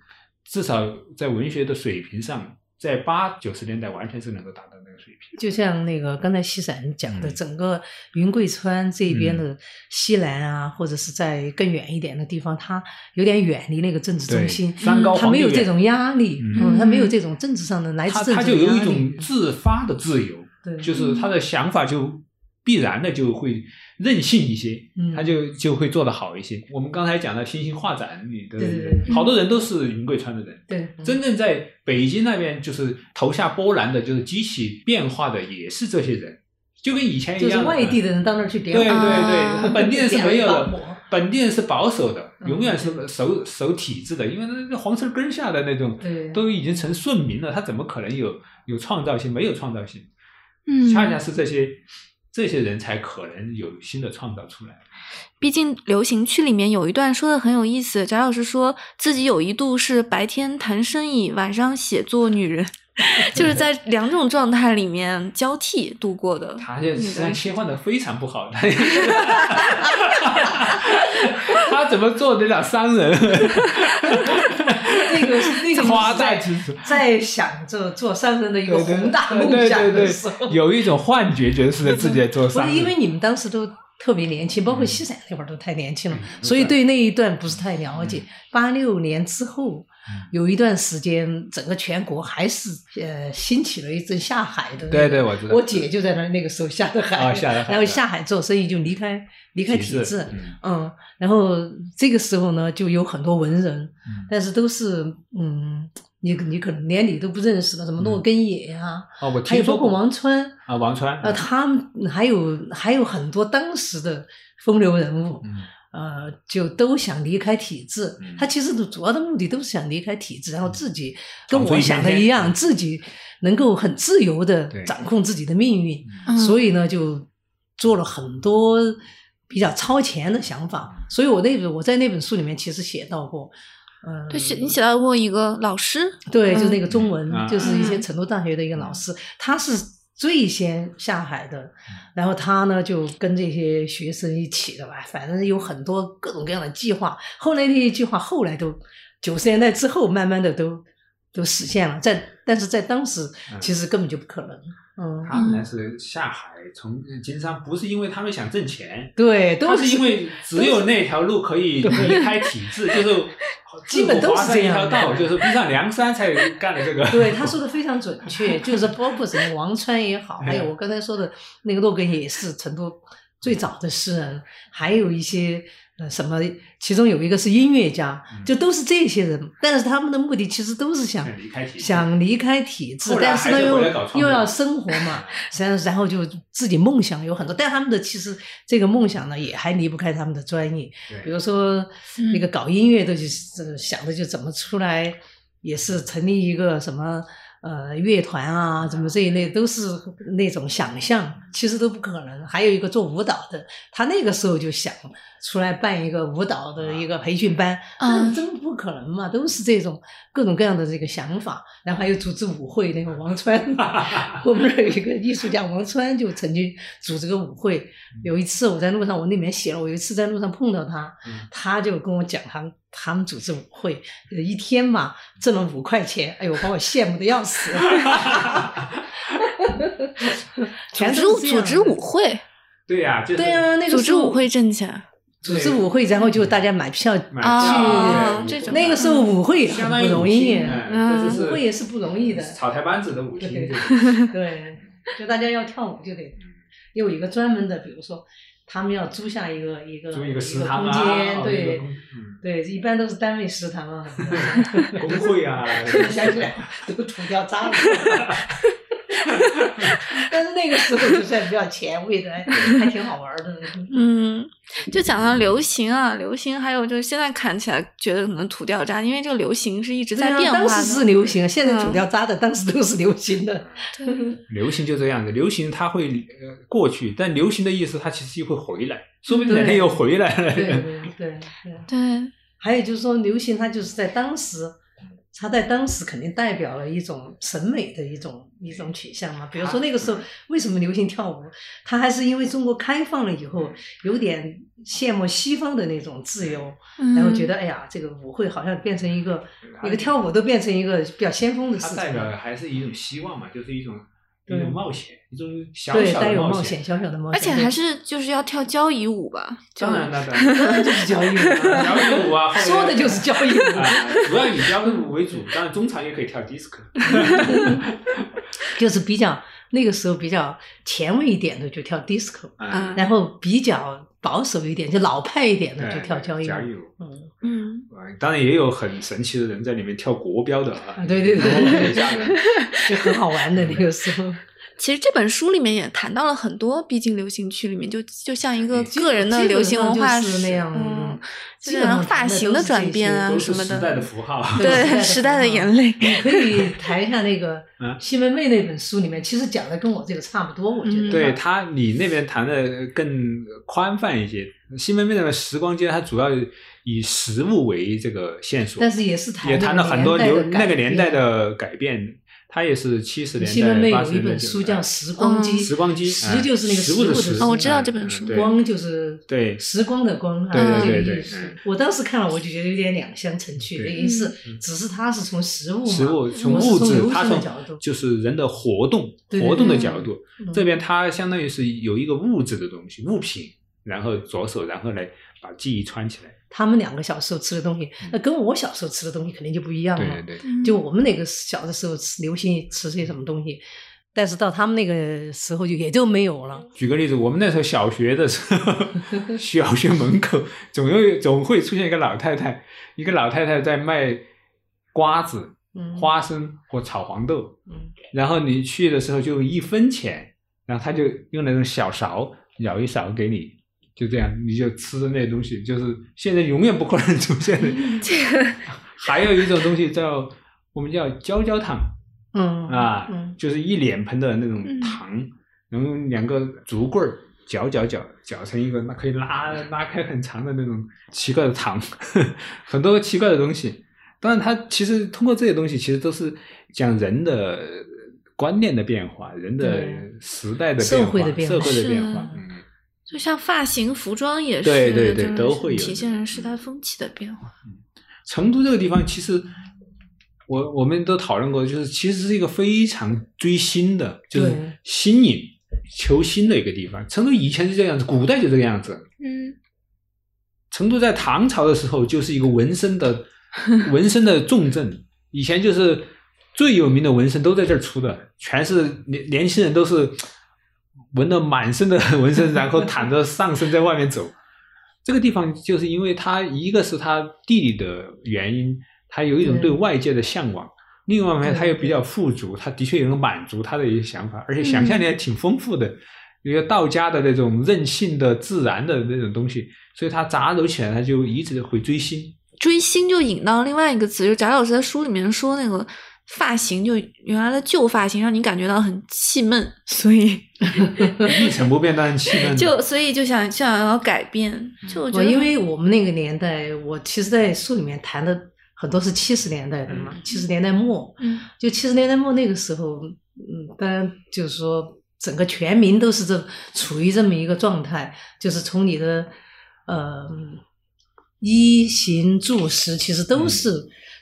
B: 至少在文学的水平上，在八九十年代完全是能够达到那个水平。
A: 就像那个刚才西散讲的，
B: 嗯
A: 整个云贵川这边的西南啊，或者是在更远一点的地方，它有点远离那个政治中
B: 对
A: 心，嗯
B: 山高
A: 它
B: 皇帝
A: 没有
B: 远
A: 这种压力，
B: 嗯
A: 嗯，它没有这种政治上的来
B: 它
A: 自政
B: 它
A: 治
B: 就
A: 的
B: 有一
A: 压力
B: 种自发的自由，
A: 对，
B: 就是他的想法就必然的就会任性一些，
A: 嗯
B: 他就就会做得好一些。我们刚才讲的新兴画展里的
A: 对对对嗯
B: 人，好多人都是云贵川的人，
A: 对
B: 真正在北京那边就是投下波澜的，就是激起变化的也是这些人，就跟以前一
A: 就
B: 样
A: 是
B: 的，
A: 外地的人到那儿去
B: 对
A: 点
B: 对
A: 火
D: 啊
B: 对，本地 人是没
A: 点
B: 有
A: 了一把
B: 的
A: 火，
B: 本地人是保守的，
A: 嗯
B: 永远是守守体制的，因为那那黄村根下的那种
A: 对
B: 都已经成顺民了，他怎么可能有有创造性？没有创造性。
D: 嗯，
B: 恰恰是这些这些人才可能有新的创造出来。
D: 毕竟流行区里面有一段说的很有意思，翟老师说自己有一度是白天谈生意，晚上写作女人， 就是在两种状态里面交替度过的。
B: 他这实际上切换的非常不好，他 他怎么做得了商人？
A: 那个那个
B: 夸
A: 是
B: 大
A: 在
B: 其词。
A: 在想着做商人的一个
B: 对对
A: 宏大
B: 对
A: 梦
B: 对
A: 想
B: 对
A: 的时候
B: 对，，有一种幻觉，觉得是在自己在做
A: 不
B: 商
A: 是
B: 人。
A: 因为你们当时都特别年轻，包括西仔那会儿都太年轻了，
B: 嗯
A: 所以对那一段不是太了解。八六、年之后
B: 嗯，
A: 有一段时间，整个全国还是呃兴起了一阵下海的那个。
B: 对对，我知道。
A: 我姐就在那那个时候下的海，
B: 啊下的海
A: 然后下海做生意就离开离开体制，
B: 嗯
A: 嗯，然后这个时候呢，就有很多文人，
B: 嗯
A: 但是都是嗯，你你可能连你都不认识的，什么骆根野呀、
B: 哦，我
A: 还有
B: 嗯听
A: 包
B: 说
A: 括
B: 过
A: 王川，
B: 啊，王川
A: 呃，他们还有还有很多当时的风流人物，
B: 嗯
A: 呃，就都想离开体制
B: 嗯。
A: 他其实的主要的目的都是想离开体制，然后自己跟
B: 闯出
A: 我
B: 一片
A: 想的
B: 天
A: 一样，自己能够很自由的
B: 嗯对
A: 掌控自己的命运。
D: 嗯
A: 所以呢，就做了很多比较超前的想
B: 嗯
A: 法。所以我那本我在那本书里面其实写到过，嗯，
D: 对，写你写到过一个老师，
A: 对，就是
D: 嗯
A: 那个中文，
B: 啊嗯
A: 就是以前成都大学的一个老师，他是最先下海的，然后他呢就跟这些学生一起的吧，反正有很多各种各样的计划。后来那些计划后来都九十年代之后，慢慢的都都实现了，在但是在当时
B: 嗯
A: 其实根本就不可能，嗯。
B: 他们呢是下海从经商，不是因为他们想挣钱，
A: 对，都
B: 都是因为只有那条路可以离开体 制，就是
A: 基本都是这样的
B: 自古华山一条道，就是逼上梁山才干的这 个。
A: 对，他说的非常准确，就是包括什么王川也好，
B: 嗯
A: 还有我刚才说的那个洛根也是成都最早的诗人，还有一些呃什么，其中有一个是音乐家，
B: 嗯
A: 就都是这些人，但是他们的目的其实都是想
B: 想离开体制，
A: 想离开体制
B: 后，来
A: 但是呢
B: 还是
A: 又
B: 回来搞创作
A: 又要生活 嘛，然后然后就自己梦想有很多，但他们的其实这个梦想呢也还离不开他们的专业，
B: 对
A: 比如说
D: 嗯
A: 那个搞音乐的，就是、呃想着就怎么出来，也是成立一个什么呃乐团啊，怎么这一类都是那种想象，其实都不可能。还有一个做舞蹈的，他那个时候就想出来办一个舞蹈的
D: 啊
A: 一个培训班，
D: 嗯
A: 那真不可能嘛，都是这种各种各样的这个想法。然后还有组织舞会，那个王 川，我们那有一个艺术家王川就曾经组织个舞会。
D: 嗯
A: 有一次我在路上，我那里面写了，我有一次在路上碰到他，
B: 嗯
A: 他就跟我讲他们他们组织舞会，呃一天嘛挣了五块钱，哎呦，把我羡慕的要死。
D: 组
A: 全
D: 织
A: 都是这
D: 组
A: 样
D: 织舞会，
B: 对呀，就是
A: 对啊，那个
D: 组织
A: 时候
D: 舞会挣钱
A: 组织舞会，然后就大家买票。
B: 买
D: 啊
B: 票，
D: 这种
A: 那个时候舞会也
B: 嗯
A: 很
B: 相当
A: 不
B: 于
A: 容易，啊
B: 嗯，这
A: 舞会也是不容易的
B: 草台班子的舞厅，
A: 对
B: 这种
A: 对，就大家要跳舞就
B: 嗯
A: 得有一个专门的，比如说他们要租下一个一个
B: 租一
A: 个
B: 个食堂
A: 空
B: 啊，
A: 间，
B: 哦
A: 对、，
B: 一
A: 对，一般都是单位食堂啊，
B: 个工嗯工会 啊，
A: 想起来都吐掉渣 了。 但是那个时候就算比较前卫的，还挺好玩的。
D: 嗯，就讲到流行啊，流行还有就是现在看起来觉得可能土掉渣，因为这个流行是一直在
A: 对啊
D: 变化的。
A: 当时是流行，现在
D: 嗯
A: 吐掉渣的，当时都是流行的。
B: 流行就这样子，流行它会呃过去，但流行的意思它其实又会回来，说不定哪天又回来了。
A: 对对对对。
D: 对，
A: 还有就是说，流行它就是在当时，
B: 嗯
A: 它在当时肯定代表了一种审美的一种一种取向嘛。比如说那个时候，
B: 嗯
A: 为什么流行跳舞？它还是因为中国开放了以
B: 嗯
A: 后，有点羡慕西方的那种自由，
D: 嗯、
A: 然后觉得哎呀，这个舞会好像变成一个
B: 它
A: 一个跳舞都变成一个比较先锋的
B: 啊它
A: 事
B: 代
A: 情
B: 表的
A: 了。
B: 还是一种希望嘛，就是一种一
A: 对
B: 种冒险，一种小
A: 对，
B: 小
A: 带
B: 的
A: 有冒险，。
B: 险
A: 小小的冒
D: 而
A: 险，
D: 且还是就是要跳交谊舞吧，
B: 当然了，当
A: 对当
B: 然
A: 然就是 交谊舞啊，
B: 了，摇滚舞 啊，后 面
A: 说的就是交谊舞
B: 啊，，主要以摇滚舞为主，当然中场也可以跳 disco。
A: 就是比较那个时候比较前卫一点的就跳 disco。
D: 啊，
A: 然后比较保守一点，就老派一点的
B: 对
A: 就跳交谊
B: 交
A: 舞。
B: 谊舞。
A: 嗯，
D: 嗯，
B: 呃当然也有很神奇的人在里面跳国标的啊
A: 啊，对对对
B: 很吓 人
A: 就很好玩 的那个时 候。
D: 其实这本书里面也谈到了很多，毕竟流行区里面就就像一个个人的
A: 基本
D: 流行文化
A: 上就是
D: 史
A: 那样
D: 嗯，
A: 基本上
D: 发型的转变啊
B: 都
D: 什
B: 是
D: 么
B: 时代的
D: 的，
B: 符号。
A: 嗯
D: 对时
A: 时
D: 代
A: 代
D: 的
A: 的
D: 眼泪，
A: 你可以谈一下那个
B: 啊
A: 西门妹那本书里面，其实讲的跟我这个差不多，我觉
D: 嗯
A: 得。
B: 对他，你那边谈的更宽泛一些。西门妹那个时光街，它主要以食物为这个线索
A: 但，是也是谈
B: 也谈了很多
A: 那
B: 流
A: 个年代的改
B: 那个
A: 变
B: 年代的改变。它也是七十
A: 西门
B: 年
A: 妹
B: 代、八
A: 有
B: 十
A: 一
B: 年代
A: 本
B: 九
A: 书
B: 十
A: 叫《
B: 年
A: 时光机》，
B: 代时光机，哎啊
A: 时就是那个
B: 食物的
A: 的
B: 食
A: 时，
D: 嗯哦我知道这本书
B: 对
A: 光就是
B: 对
A: 时光的光啊，
B: 啊对
D: 对
A: 这个
B: 对对
A: 意思
B: 嗯
A: 我当时看了，我就觉得有点两相成趣的
B: 对
A: 意思
B: 嗯，
A: 只是它是从食物嘛，
B: 食物从
A: 我是
B: 物
A: 从
B: 质
A: 流，
B: 它
A: 行
B: 从
A: 的角度
B: 就是人的活动
A: 对对
B: 活动的
D: 对
B: 角度，
A: 嗯
B: 这边它相当于是有一个物质的东西物品，然后着手，然后来把记忆串起来。
A: 他们两个小时候吃的东西，那跟我小时候吃的东西肯定就不一样
B: 对
A: 了
B: 嗯对。对，
A: 就我们那个小的时候吃流行吃些什么东西，但是到他们那个时候就也就没有了。
B: 举个例子，我们那时候小学的时候，小学门口总有总会出现一个老太太，一个老太太在卖瓜子、
A: 嗯，
B: 花生或炒黄豆，
A: 嗯，
B: 然后你去的时候就用一分钱，然后他就用那种小勺舀一勺给你，就这样你就吃的那东西，就是现在永远不可能出现的。
C: 这个
B: 还有一种东西叫我们叫焦焦糖
A: 嗯
B: 啊，
A: 嗯
B: 就是一脸盆的那种
D: 嗯
B: 糖，然后用两个竹棍儿搅搅搅搅成一个，那可以拉拉开很长的那种奇怪的糖， 很多奇怪的东西。当然，它其实通过这些东西，其实都是讲人的观念的变化，人的
A: 对
B: 时代的
A: 社
B: 变化，
A: 会的变化
B: 社会的变
D: 是
B: 化。嗯
D: 就像发型、服装也是，
B: 对对对
D: 就是
B: 都会有
D: 体现了时代风气的变化。
B: 成都这个地方，其实我我们都讨论过，就是其实是一个非常追星的，就是
A: 对
B: 新颖、求新的一个地方。成都以前是这样子，古代就这个样子。
C: 嗯，
B: 成都在唐朝的时候就是一个纹身的纹身的重镇，以前就是最有名的纹身都在这儿出的，全是年年轻人都是纹的满身的纹身，然后袒着上身在外面走。这个地方就是因为它一个是它地理的原因，它有一种对
A: 对
B: 外界的向往；另外一方面，
A: 对
B: 它又比较富足，它的确也能满足他的一些想法，而且想象力还挺丰富的。有一个道家的那种任性的、自然的那种东西，所以它杂糅起来，它就一直会追星。
D: 追星就引到另外一个词，就贾老师在书里面说那个发型，就原来的旧发型让你感觉到很气闷，所以
B: 一成不变，但是气氛
D: 就所以就想想要改变。
B: 嗯
D: 就我觉
A: 我
D: 得，
A: 哦因为我们那个年代，我其实，在书里面谈的很多是七十年代的嘛，七十年代末，
D: 嗯
A: 就七十年代末那个时候，嗯，当然就是说整个全民都是这处于这么一个状态，就是从你的呃衣行住食，其实都是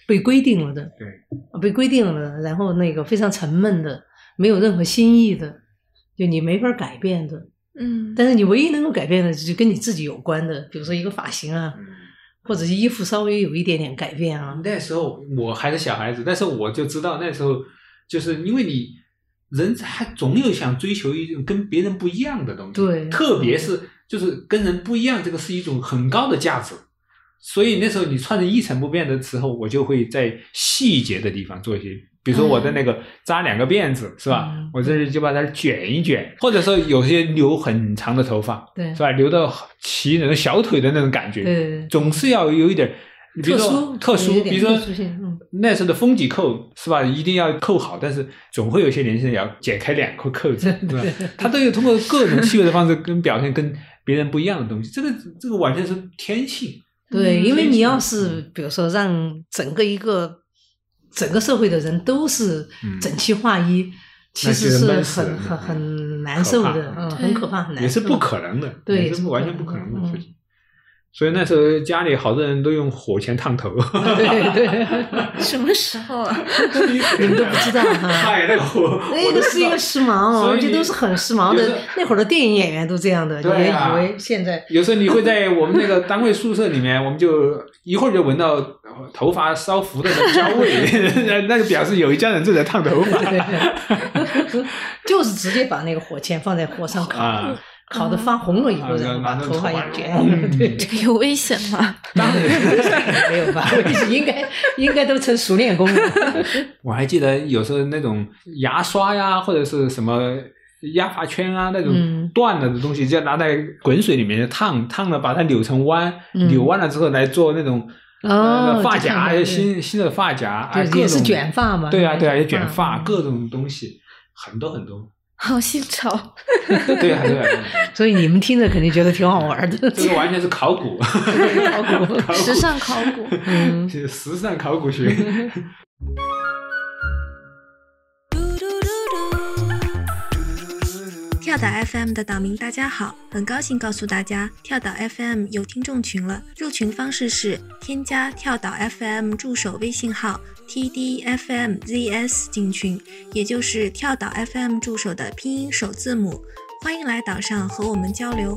A: 被规定了的，对，被规定了的，然后那个非常沉闷的，没有任何新意的，就你没法改变的。
D: 嗯，
A: 但是你唯一能够改变的，就跟你自己有关的，比如说一个发型
B: 嗯
A: 啊，或者是衣服稍微有一点点改变啊，
B: 那时候我还是小孩子，但是我就知道那时候就是因为你人还总有想追求一种跟别人不一样的东西，
A: 对
B: 特别是就是跟人不一样，这个是一种很高的价值。所以那时候你穿着一成不变的时候，我就会在细节的地方做一些，比如说我的那个扎两个辫子，是吧？
A: 嗯
B: 我这里就把它卷一卷，或者说有些留很长的头发，
A: 对
B: 是吧？留到齐那种小腿的那种感觉，
A: 对对对
B: 总是要有一点儿，你比如说
A: 殊
B: 特殊，
A: 有一
B: 比
A: 点
B: 如说
A: 特殊性嗯
B: 那时候的风几扣是吧，一定要扣好，但是总会有些年轻人要解开两扣 扣子，对吧？他都有通过各种趣味的方式跟表现跟别人不一样的东西，这个这个完全是天性，
A: 对，
D: 嗯
A: 因为
B: 天气
A: 你要是
B: 嗯
A: 比如说让整个一个整个社会的人都是
B: 嗯
A: 整齐划一，其
B: 那
A: 实
B: 就是
A: 是
B: 闷
A: 很
B: 死了
A: 很
B: 嗯
A: 很难受的
B: 可，怕
A: 嗯，
B: 嗯
A: 很可怕，很难受
B: 也是不可能的，
A: 对
B: 也是不完全不可能的
A: 嗯
B: 事情。所以那时候家里好多人都用火钳 烫头，
A: 对对，
D: 什么时候啊？
A: 你们都不 知道哈。
B: 哎
A: 哎
B: 嗨，那个火，
A: 那个是一个时髦
B: 所
A: 哦，
B: 以
A: 这都是很时髦
B: 有时
A: 的
B: 候。
A: 那会儿的电影演员都这样的，你
B: 对
A: 也
B: 啊
A: 以为现在
B: 有时候你会在我们那个单位宿舍里面，我们就一会儿就闻到呃头发烧糊的那个焦味，那那就表示有一家人正在烫头发。
A: 就是直接把那个火钳放在火上烤，
B: 啊，
A: 烤的发红了以后，
B: 啊
A: 然后把
B: 拿那
A: 头发
B: 头发
A: 一卷
B: 嗯，
A: 对，
D: 这个有危险吗？
B: 当然，
A: 没有吧？应该应该都成熟练工 了。
B: 我还记得有时候那种牙刷呀，或者是什么压发圈啊，那种
A: 嗯
B: 断了的东西，就要拿在滚水里面烫，烫了把它扭成弯，
A: 嗯
B: 扭弯了之后来做那种
A: 哦
B: 呃发
A: 这样
B: 夹，
A: 的
B: 新新的发夹，啊
A: 对，
B: 各
A: 也是
B: 种
A: 卷发嘛。
B: 对啊，
A: 是吧
B: 对啊，也卷发，
A: 嗯
B: 各种东西，很多很多。
D: 好新 潮，
B: 对啊，对啊，
A: 所以你们听着肯定觉得挺好玩 的。
B: 这个完全是 考古，
A: 考古
B: 考古
D: 时尚考古。
A: 嗯
B: 时尚考古学。
C: 跳岛 FM 的岛民大家好，很高兴告诉大家，跳岛 FM 有听众群了。入群方式是添加跳岛 FM 助手微信号 tdfmzs 进群，也就是跳岛 FM 助手的拼音首字母。欢迎来岛上和我们交流。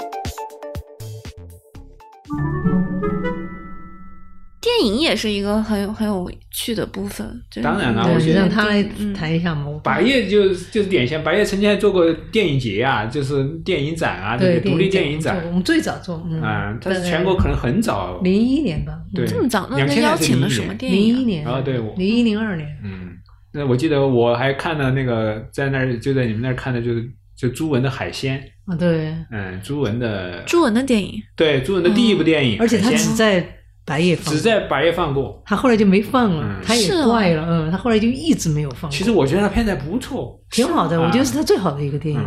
D: 电影也是一个很有很有趣的部分。就是
B: 当然啊
A: 对
B: 我觉得
A: 让他来
D: 嗯
A: 谈一下嘛。我
B: 白夜就就是典型，白夜曾经还做过电影节啊，就是电影展啊，
A: 对
B: 这个独立
A: 电
B: 电影
A: 做我们最早做，嗯，
B: 啊，它是全国可能很早，
A: 零一年吧，嗯
B: 对
D: 这么早，那
B: 2000
D: 那
B: 年
D: 邀请了
B: 是
D: 什
B: 01
D: 么电
A: 零一
D: 影
A: 年
B: 啊对我
A: 零一零二年，
B: 嗯，那我记得我还看了那个在那儿就在你们那儿看的就是就朱文的《海鲜》，
A: 啊对，
B: 嗯，朱文的
D: 啊？朱文的电影，
B: 对朱文的第一部电
A: 嗯
B: 影，
A: 而且他
B: 海鲜
A: 只在白夜放，
B: 只在白夜放过。
A: 他后来就没放了，
B: 嗯
A: 他也
D: 是啊
A: 怪了，嗯，他后来就一直没有放过。
B: 其实我觉得他拍的不错，
A: 挺好的，
B: 啊
A: 我觉得是他最好的一个电影。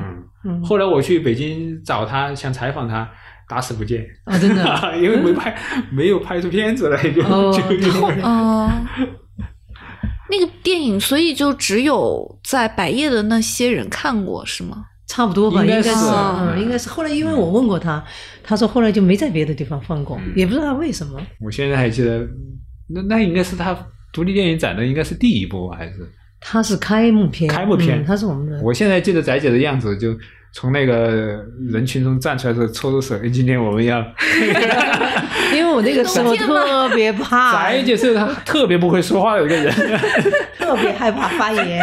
B: 嗯，
A: 嗯，
B: 后来我去北京找他，想采访他，打死不见，
A: 哦，真的，
B: 因为没拍，没有拍出片子来， 就
A: 哦
B: 就
A: 对
B: 就
A: 对
D: 嗯、那个电影，所以就只有在百叶的那些人看过，是吗？
A: 差不多吧，
B: 应
A: 应
B: 该
A: 该
B: 是
A: 是，
B: 嗯
A: 嗯，应该是。后来因为我问过他，他说后来就没在别的地方放过
B: 嗯，
A: 也不知道为什么。
B: 我现在还记得，那那应该是他独立电影展的，应该是第一部吧还是？
A: 他是开幕片，
B: 开幕片
A: 嗯他是我们的。
B: 我现在记得翟姐的样子，就从那个人群中站出来的时候，搓搓手，哎今天我们要。
A: 因为我那个时候
D: 懂了
A: 特别怕，
B: 翟姐是她特别不会说话的一个人，
A: 特别害怕发言。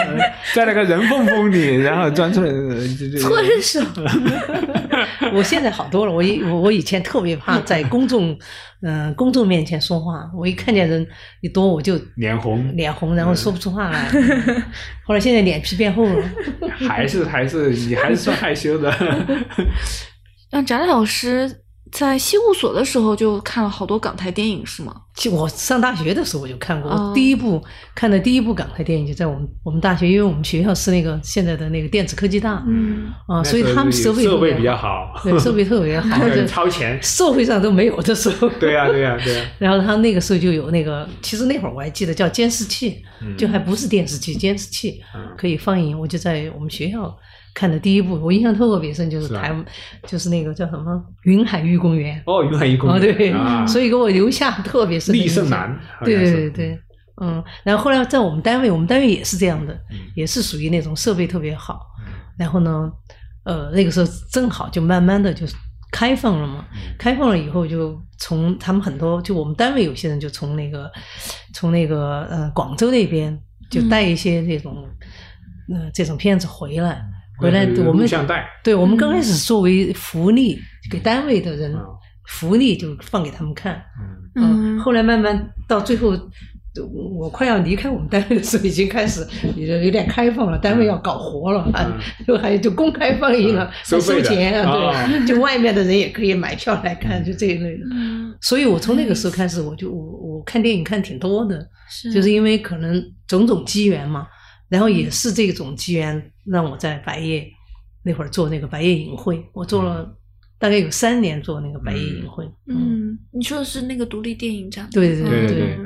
B: 在那个人缝缝里，然后钻出来，呃就就
D: 搓着手，
A: 嗯 我现在好多了，我以我我以前特别怕在公众，嗯、公众面前说话，我一看见人一多我就
B: 脸红，
A: 脸红，然后说不出话来。
D: 嗯
A: 后来现在脸皮变厚了。
B: 还是还是你还是算害羞的。
D: 让翟老师在西务所的时候就看了好多港台电影，是吗？
A: 就我上大学的时候我就看过，
D: 哦
A: 我第一部看的第一部港台电影就在我们我们大学，因为我们学校是那个现在的那个电子科技大，
D: 嗯，
A: 啊，所以
B: 那时候
A: 他们
B: 设
A: 设备特
B: 备
A: 别
B: 比较，好，
A: 对，设备特别好，
B: 对
A: 就
B: 超前。
A: 社会上都没有的时候。
B: 对呀、对呀、啊对呀、
A: 然后他那个时候就有那个，其实那会儿我还记得叫监视器，
B: 嗯
A: 就还不是电视机，监视器
B: 嗯
A: 可以放映。我就在我们学校看的第一部，我印象特别深，就是
B: 是啊
A: 台，就是那个叫什么云海玉公园。
B: 哦，云海一公
A: 哦，
B: 园
A: 对，
B: 啊，
A: 所以给我留下特别深的
B: 厉
A: 印象。
B: 胜男，好像
A: 对对
B: 是
A: 对对，嗯，然后后来在我们单位，我们单位也是这样的，
B: 嗯
A: 也是属于那种设备特别好，然后呢，呃，那个时候正好就慢慢的就开放了嘛，
B: 嗯
A: 开放了以后就从他们很多，就我们单位有些人就从那个从那个呃广州那边就带一些这种、呃这种片子回来，回来
B: 那个
A: 我
B: 嗯录
A: 们啊
B: 像带，
A: 对我们刚开始是作为福利给单位的人
B: 嗯
A: 福利就放给他们看。
B: 嗯，
D: 嗯
A: 嗯，后来慢慢到最后，我快要离开我们单位的时候，已经开始有有点开放了，单位要搞活了，还就还就公开放映了，
B: 嗯收
A: 还收
B: 费的
A: 钱，
B: 啊
A: 对，就外面的人也可以买票来看，就这一类的。
D: 嗯，
A: 所以我从那个时候开始，我就我我看电影看挺多的，
D: 是
A: 就是因为可能种种机缘嘛，然后也是这种机缘让我在白夜那会儿做那个白夜影会，我做了大概有三年做那个白夜影会，嗯，
D: 嗯，你说的是那个独立电影展吗，
A: 对对
B: 对
A: 对
B: 对，嗯，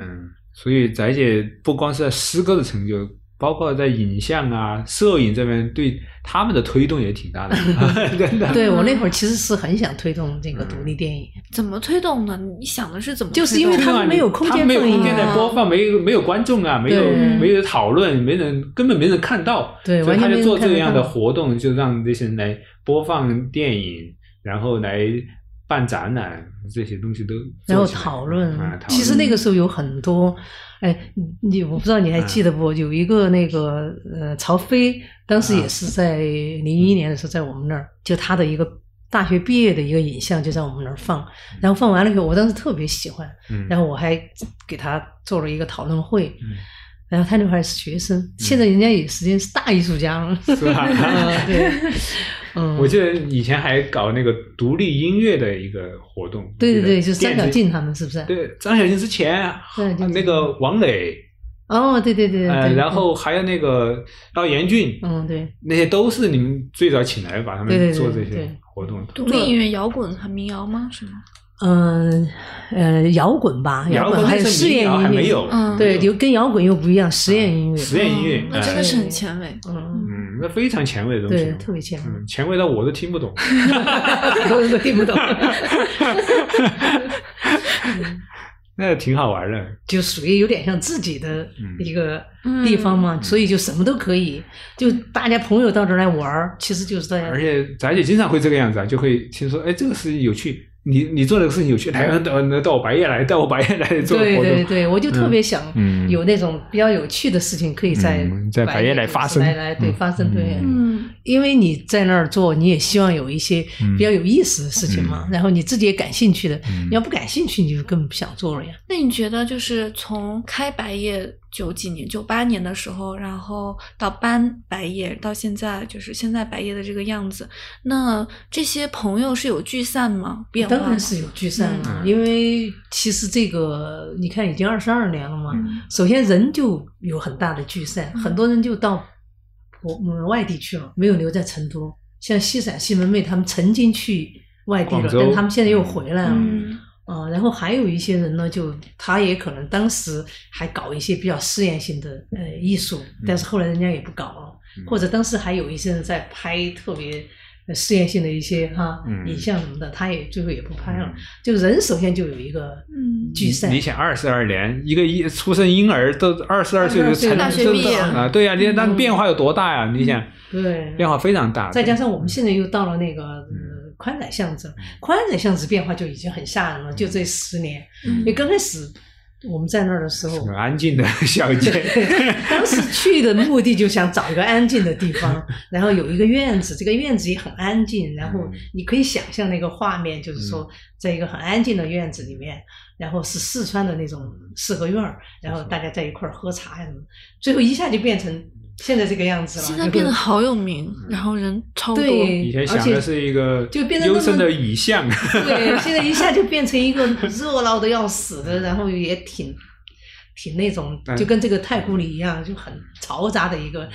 B: 所以翟姐不光是在诗歌的成就，包括在影像啊、摄影这边对他们的推动也挺 大的， 真的。
A: 对我那会儿其实是很想推动这个独
B: 嗯
A: 立电影，
D: 怎么推动呢？你想的是怎么推动？
A: 就是因为他们没有空
B: 他
A: 间
B: 们没有
A: 放映啊
B: 空间来播放，没有没有观众啊，没有
A: 对
B: 没有讨论，没人根本没人看到，
A: 对
B: 所以
A: 完
B: 他
A: 全
B: 就
A: 没
B: 做
A: 人看
B: 这
A: 得
B: 样的
A: 到
B: 活动，就让这些人来播放电影，然后来办展览，这些东西都
A: 然
B: 做
A: 后
B: 起来
A: 讨论
B: 啊，讨
A: 其实
B: 论
A: 那个时候有很多，哎，你你我不知道你还
B: 嗯
A: 记得不？有一个那个呃，曹飞当时
B: 嗯
A: 也是在零一年的时候在我们那儿，就他的一个大学毕业的一个影像就在我们那儿放，然后放完了以后，我当时特别喜欢，
B: 嗯
A: 然后我还给他做了一个讨论会，
B: 嗯
A: 然后他那会儿还是学生，现在人家也实际上是大艺术家了，
B: 是吧
A: 嗯 对，嗯，
B: 我记得以前还搞那个独立音乐的一个活动，
A: 对对对，就是
B: 记得
A: 张
B: 电子
A: 小静他们是不是？
B: 对，张小静之前
A: 对对对
B: 那个王磊，
A: 哦，对对对对
B: 呃，
A: 对，
B: 然后还有那个廖彦俊，
A: 嗯对，
B: 那些都是你们最早请来把他
A: 对
B: 们
A: 对对
B: 做这些
A: 对
B: 活动的。
D: 独立音乐摇滚和民谣吗？是吗？
A: 嗯呃摇滚吧，
B: 摇
A: 滚
B: 滚
A: 还有
B: 但是
A: 实
B: 民
A: 验
B: 谣还
A: 音
B: 没
A: 乐，
B: 有，
D: 嗯
A: 对，就跟摇滚又不一样，实验音乐，
B: 实验音乐
D: 嗯，那真的是很前卫。
A: 嗯，
B: 嗯，那非常前卫的东西
A: 对，，特别前卫，
B: 嗯，前卫到我都听不懂。
A: 很多人 都听不懂，
B: 那挺好玩的，
A: 就属于有点像自己的一个
D: 嗯
A: 地方嘛，所以就什么都可以，就大家朋友到这儿来玩儿，其实就是这样
B: 而。且咱也经常会这个样子啊，就会听说，哎，这个事情有趣，你你做这个事情有趣，来到到我白夜来，到我白夜来做活
A: 对
B: 动，
A: 对对，我就特别想
B: 嗯
A: 有那种比较有趣的事情可以在、
B: 嗯在白夜来发生
A: 来来对
B: 嗯
A: 发生对。
B: 嗯
D: 嗯
A: 因为你在那儿做，你也希望有一些比较有意思的事情嘛，
B: 嗯
A: 然后你自己也感兴趣的，
B: 嗯
A: 你要不感兴趣，你就更不想做了呀。
D: 那你觉得就是从开白夜九几年、九八年的时候，然后到搬白夜，到现在就是现在白夜的这个样子，那这些朋友是有聚散吗？变化吗
A: 当然是有聚散了，
B: 嗯
A: 因为其实这个你看已经二十二年了嘛，
B: 嗯
A: 首先人就有很大的聚散，
D: 嗯
A: 很多人就到国嗯外地去了，没有留在成都。像西陕西门妹他们曾经去外地了
B: 广，州
A: 但他们现在又回来了。
D: 嗯
A: 啊、然后还有一些人呢，就他也可能当时还搞一些比较试验性的呃艺术，但是后来人家也不搞了，
B: 嗯
A: 或者当时还有一些人在拍特别呃试验性的一些哈、
B: 嗯
A: 影像什么的，他也最后也不拍了。
B: 嗯
A: 就人首先就有一个
D: 嗯
A: 聚散
B: 你，想二十二年，一个一出生婴儿都二十二岁就成
D: 大学毕业
B: 啊，对呀、你那
A: 嗯
B: 变化有多大呀？你想
A: 对，
B: 变化非常大，
A: 再加上
B: 嗯
A: 我们现在又到了那个、呃、宽窄巷子，宽窄巷子变化就已经很吓人了，就这十年。
D: 嗯
A: 因为刚开始我们在那儿的时候
B: 很，安静的 小街，
A: 当时去的目的就想找一个安静的地方，然后有一个院子，这个院子也很安静，然后你可以想象那个画面，就是说在一个很安静的院子里面，然后是四川的那种四合院儿，然后大家在一块儿喝茶呀什么，最后一下就变成现在这个样子了。
D: 现在变得
A: 就
D: 好有名，然后人超多。
A: 对
B: 以前想
A: 而且
B: 的是一个
A: 就变得那么
B: 优胜的雨巷，
A: 对，现在一下就变成一个热闹的要死的，然后也挺挺那种，
B: 嗯
A: 就跟这个太古里一样，就很嘈杂的一个，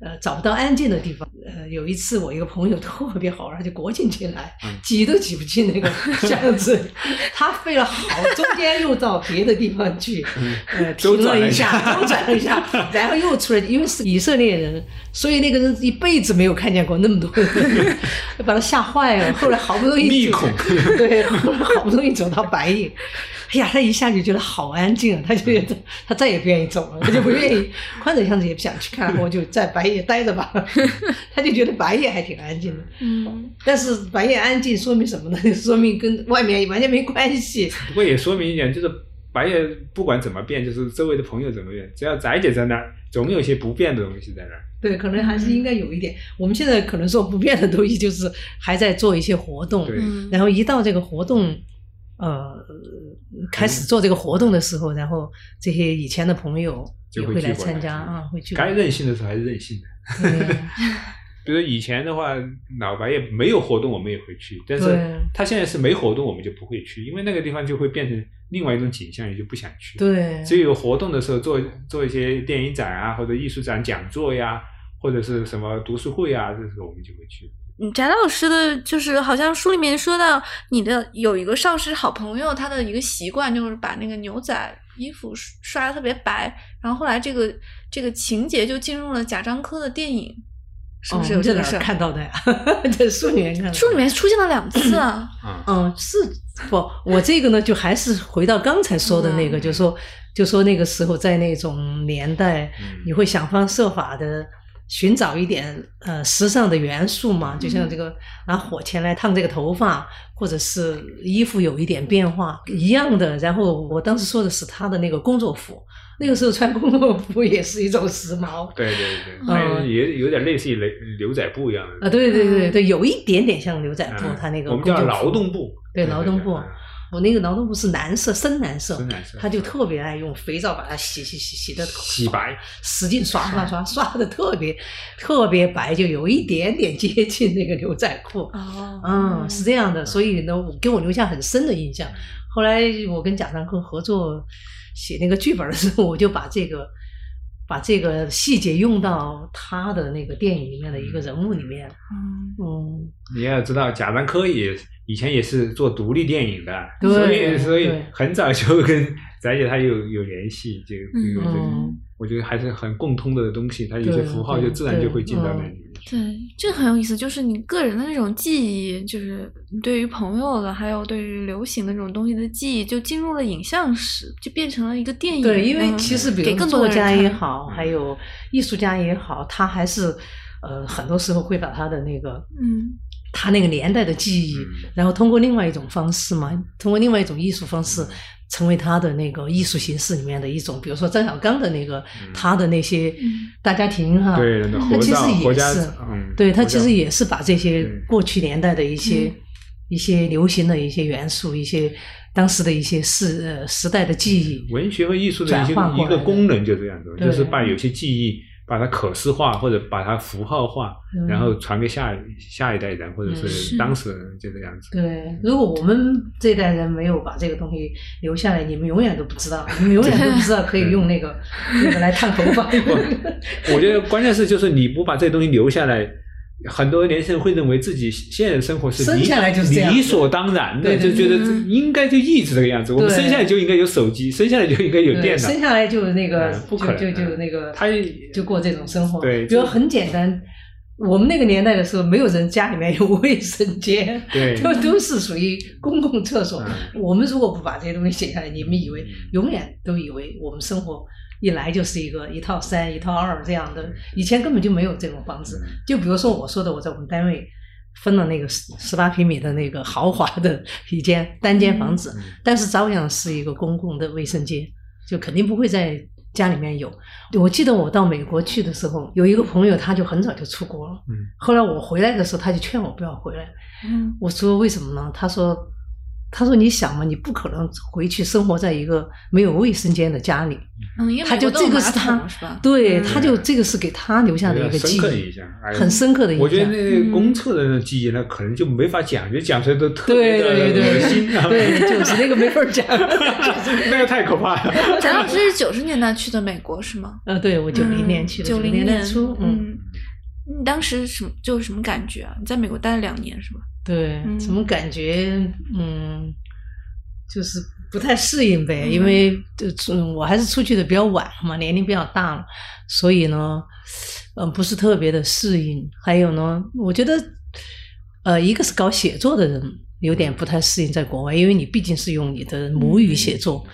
A: 呃，找不到安静的地方。呃，有一次我一个朋友特别好玩，就国庆节来
B: 嗯，
A: 挤都挤不进那 个巷子，他费了好，中间又到别的地方去，呃，
B: 嗯周
A: 停
B: 转
A: 了
B: 了
A: 一
B: 一
A: 下，
B: 下
A: 周转了一下， 然后又出来，因为是以色列人，所以那个人一辈子没有看见过那么多 人，把他吓坏了。后来好不容易
B: 密
A: 走
B: 恐
A: 对，后来好不容易走到白夜，哎呀，他一下就觉得好安静啊，他就觉得 他再也不愿意走了，他就不愿意宽窄巷子也不想去看，我就在白夜待着吧。他就觉得白夜还挺安静的，
D: 嗯，
A: 但是白夜安静说明什么呢？ 说明跟外面完全没关系。
B: 不过也说明一点，就是白夜不管怎么变，就是周围的朋友怎么变，只要翟姐在那儿，总有一些不变的东西在那儿。
A: 对，可能还是应该有一点。我们现在可能说不变的东西就是还在做一些活动，
B: 对
D: 嗯
A: 然后一到这个活动，呃，开始做这个活动的时候，然后这些以前的朋友也
B: 嗯就会
A: 会
B: 聚
A: 来
B: 过来
A: 参加啊，会聚过
B: 该
A: 来。嗯
B: 任性的时候还是任性的。
A: 对
B: 比如以前的话，老白也没有活动，我们也会去，但
A: 对
B: 是他现在是没活动，我们就不会去，因为那个地方就会变成另外一种景象，也就不想去。，
A: 对
B: 只有有活动的时候做做一些电影展啊，或者艺术展讲座呀，或者是什么读书会啊，这时候我们就会去。
D: 嗯翟老师的就是好像书里面说到，你的有一个上师好朋友，他的一个习惯就是把那个牛仔衣服刷的特别白，然后后来这个这个情节就进入了贾樟柯的电影，是不
A: 哦
D: 是有
A: 我们在
D: 这
A: 哪儿
D: 个
B: 啊
D: 事儿？
A: 看到的呀？ 在书里面看到的。
D: 书里面出现了两次啊，
B: 啊、
A: 嗯，是不？我这个呢，就还是回到刚才说的那个，
D: 嗯
A: 就说就说那个时候在那种年代，
B: 嗯
A: 你会想方设法的寻找一点呃时尚的元素嘛，就像这
B: 嗯
A: 个拿火钳来烫这个头发，或者是衣服有一点变化一样的。然后我当时说的是他的那个工作服，那个时候穿工作服也是一种时髦。
B: 对对对，
D: 嗯
B: 那也有点类似于呃牛牛仔布一样的
A: 啊，对对对
D: 嗯
A: 对，有一点点像牛仔布，
B: 嗯
A: 他那个
B: 我们
A: 工
B: 叫
A: 作服
B: 劳动部，
A: 对劳动部
B: 嗯
A: 我那个劳动部是蓝色，深蓝色，
B: 深蓝色
A: 他就特别爱用肥皂把它洗洗洗洗的
B: 洗白，
A: 使劲刷刷刷刷的特别特别白，就有一点点接近那个牛仔裤。
D: 哦
A: 嗯，是这样的，所以呢，我给我留下很深的印象。后来我跟贾樟柯合作写那个剧本的时候，我就把这个把这个细节用到他的那个电影里面的一个人物里面。
D: 嗯
A: 嗯，
B: 你要知道，贾樟柯也以前也是做独立电影的，
A: 对
B: 所以所以
A: 对
B: 很早就跟翟姐她有有联系，这个有这个
A: 嗯
B: 我觉得还是很共通的东西，它有些
A: 对
B: 符号就
A: 对哦
B: 自然就会进到
A: 对
B: 那里面。
D: 对，这个很有意思，就是你个人的那种记忆，就是你对于朋友的，还有对于流行的这种东西的记忆，就进入了影像史，就变成了一个电影。
A: 对，因为
D: 嗯
A: 其实比
D: 给
A: 如
D: 更多
A: 作
D: 的人
A: 家也
D: 看，
A: 好，还有艺术家也好，他还是呃很多时候会把他的那个
D: 嗯
A: 他那个年代的记忆，
B: 嗯
A: 然后通过另外一种方式嘛，通过另外一种艺术方
B: 嗯
A: 式，成为他的那个艺术形式里面的一种，比如说张小刚的那个、
B: 嗯
A: 他的那些
D: 嗯
A: 大家庭哈、
B: 对，那活
A: 啊其实
B: 到
A: 也
B: 活家
A: 是，
B: 嗯，
A: 对他
B: 活
A: 其
B: 家
A: 实也是把这些
B: 嗯
A: 过去年代的一些、
D: 嗯
A: 一些流行的一些元素，一些当时的一些事呃时代的记忆，
B: 文学和艺术的
A: 转
B: 一些
A: 化过
B: 一个
A: 来的
B: 功能就这样子，
A: 对嗯
B: 就是把有些记忆把它可视化或者把它符号化，
A: 嗯
B: 然后传给下下一代人或者
A: 嗯
B: 是
D: 是
B: 当事人，就这样子。
A: 对，如果我们这代人没有把这个东西留下来，你们永远都不知道，你们永远都不知道可以用那个那个来烫头 发。
B: 我觉得关键是就是你不把这东西留下来，很多年轻人会认为自己现在的生活是
A: 生
B: 理
A: 下来就是这样子
B: 理所当然的，
A: 对对
B: 就觉得这
D: 嗯
B: 应该就一直这个样子。我们
A: 对
B: 生下来就应该有手机，生下来就应该有
A: 对，
B: 电脑。
A: 生下来就是那个
B: 嗯，不可能
A: 就就就那个，
B: 他
A: 就过这种生活。
B: 对
A: 比如
B: 这
A: 很简单，我们那个年代的时候，没有人家里面有卫生间，
B: 对
A: 都都是属于公共厕所。
B: 嗯
A: 我们如果不把这些东西写下来，你们以为永远都以为我们生活一来就是一个一套三一套二这样的，以前根本就没有这种房子。就比如说我说的，我在我们单位分了那个十十八平米的那个豪华的一间单间房子，
B: 嗯
A: 但是照样是一个公共的卫生间，就肯定不会在家里面有。我记得我到美国去的时候，有一个朋友他就很早就出国了，
B: 嗯
A: 后来我回来的时候他就劝我不要回来，
D: 嗯
A: 我说为什么呢？他说。他说：“你想嘛，你不可能回去生活在一个没有卫生间的家里。
D: 嗯，因为
A: 他就
D: 美国都有
A: 这个
D: 马
A: 是
D: 桶
A: 他
D: 是吧？
A: 对，
D: 嗯
A: 他就这个是给他留下的一个记
B: 深刻的印
A: 忆，
B: 象，哎
A: 很深刻的印象。
B: 我觉得那个公厕的那记忆，那可能就没法讲，就讲出来都特别
A: 对对
B: 的恶
A: 对
B: 心啊！
A: 对，就是那个没法讲。
B: 那个太可怕了。
D: 咱俩不是九十年代去的美国是吗？
A: 呃，对我 九零年去的，
D: 九
A: 零
D: 零
A: 代初，嗯，
D: 嗯，你当时什么就是什么感觉啊？你在美国待了两年是吧？
A: 对，
D: 嗯
A: 什么感觉？嗯，就是不太适应呗，
D: 嗯
A: 因为就嗯我还是出去的比较晚嘛，年龄比较大了，所以呢，嗯，不是特别的适应。还有呢，我觉得，呃，一个是搞写作的人有点不太适应在国外，因为你毕竟是用你的母
B: 嗯
A: 语写作，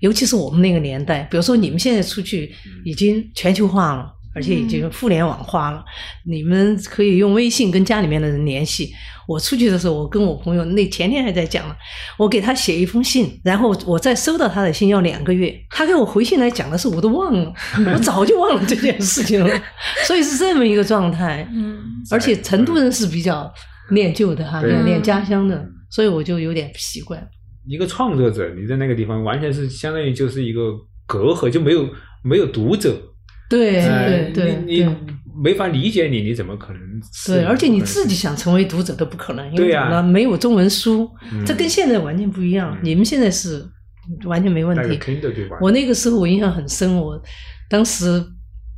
A: 尤其是我们那个年代，比如说你们现在出去已经全球化了，而且已经互联网化了，你们可以用微信跟家里面的人联系。我出去的时候，我跟我朋友那前天还在讲呢，我给他写一封信，然后我再收到他的信要两个月，他给我回信来讲的是我都忘了，我早就忘了这件事情了，所以是这么一个状态。
D: 嗯
A: 而且成都人是比较念旧的哈，
B: 对
A: 念念家乡的，所以我就有点不习惯。
B: 一个创作者，你在那个地方完全是相当于就是一个隔阂，就没有没有读者，
A: 对
B: 呃
A: 对对
B: 你
A: 对
B: 你。没法理解你，你怎么可能是？
A: 对，而且你自己想成为读者都不可能，因
B: 对
A: 为
B: 呀
A: 什么呢？没有中文书，
B: 嗯
A: 这跟现在完全不一样
B: 嗯。
A: 你们现在是完全没问
B: 那个
A: 题。
B: Kindle 就完了
A: 我那个时候我印象很深，我当时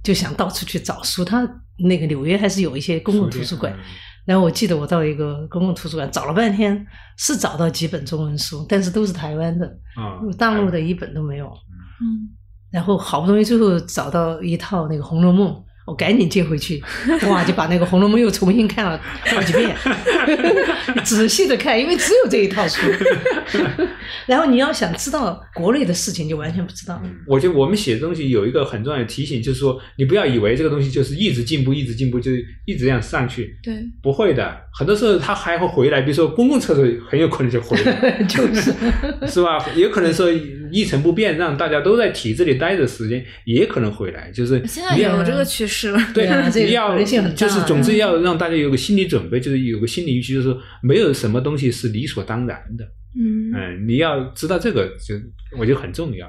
A: 就想到处去找书，他那个纽约还是有一些公共图书
B: 嗯
A: 馆。然后我记得我到一个公共图书馆找了半天，是找到几本中文书，但是都是台湾的，
B: 啊，
A: 大陆的一本都没有。
D: 嗯，
A: 然后好不容易最后找到一套那个《红楼梦》，我赶紧借回 去，哇，就把那个《红楼梦》又重新看了好几 遍，仔细的看，因为只有这一套书。 然后你要想知道国内的事情，就完全不知道。
B: 我觉得我们写东西有一个很重要的提醒，就是说你不要以为这个东西就是一直进步，一直进步，就是一直这样上去，
D: 对，
B: 不会的。很多时候它还会回来，比如说公共厕所很有可能就回来，
A: 就是，
B: 是吧？也可能说一成不变，让大家都在体制里待着时间，也可能回来。就是
D: 现在
B: 你
A: 啊
B: 要
D: 有这个趋势了。
A: 对
B: 对，
A: 啊这个
B: 你要
A: 可能性很大
B: 就是总之要让大家有个心理准备，就是有个心理预期，就是说没有什么东西是理所当然的。
D: 嗯
B: 嗯，你要知道这个就我觉得很重要。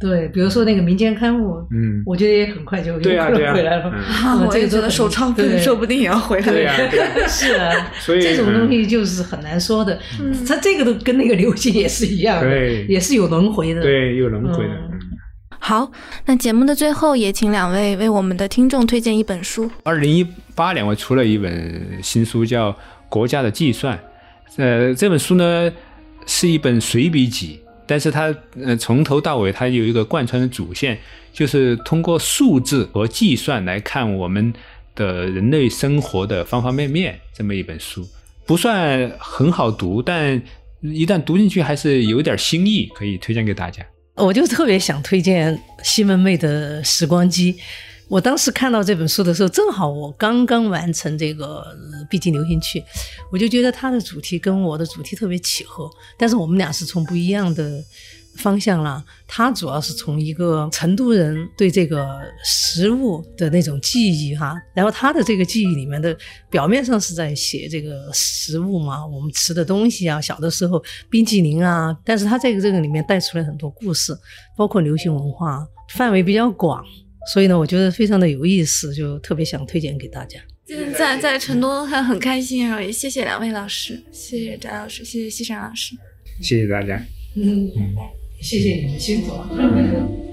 A: 对，比如说那个民间刊物，
B: 嗯，
A: 我觉得也很快就有可
B: 对啊，
A: 能
B: 对啊，
A: 回来了。
B: 嗯
D: 啊，
A: 嗯
D: 我
A: 这
D: 也
A: 个
D: 觉
A: 都
D: 得手
A: 很
D: 抄本
A: 对
D: 说不定也要回来。
B: 对呀、对呀、
A: 是啊，
B: 所以
A: 这种东
B: 嗯
A: 西就是很难说的。
D: 嗯
A: 它这个都跟那个流行也是一样的，
B: 对
A: 也是有轮回的。
B: 对，有轮回的。
A: 嗯
B: 嗯
C: 好，那节目的最后也请两位为我们的听众推荐一本书。
B: 二零一八年我出了一本新书，叫《国家的计算》。呃，这本书呢是一本随笔集，但是它呃从头到尾它有一个贯穿的主线，就是通过数字和计算来看我们的人类生活的方方面面这么一本书。不算很好读，但一旦读进去还是有点新意，可以推荐给大家。
A: 我就特别想推荐西门妹的《时光机》。我当时看到这本书的时候，正好我刚刚完成这个呃《毕竟流行曲》，我就觉得它的主题跟我的主题特别契合。但是我们俩是从不一样的方向啦。他主要是从一个成都人对这个食物的那种记忆哈，然后他的这个记忆里面的表面上是在写这个食物嘛，我们吃的东西啊，小的时候冰淇淋啊，但是他这个这个里面带出来很多故事，包括流行文化，范围比较广。所以呢，我觉得非常的有意思，就特别想推荐给大家。
D: 就是在在成都还很开心，然后也谢谢两位老师，谢谢翟老师，谢谢西山老师。
B: 谢谢大家。啊
A: 嗯，谢谢你们辛苦。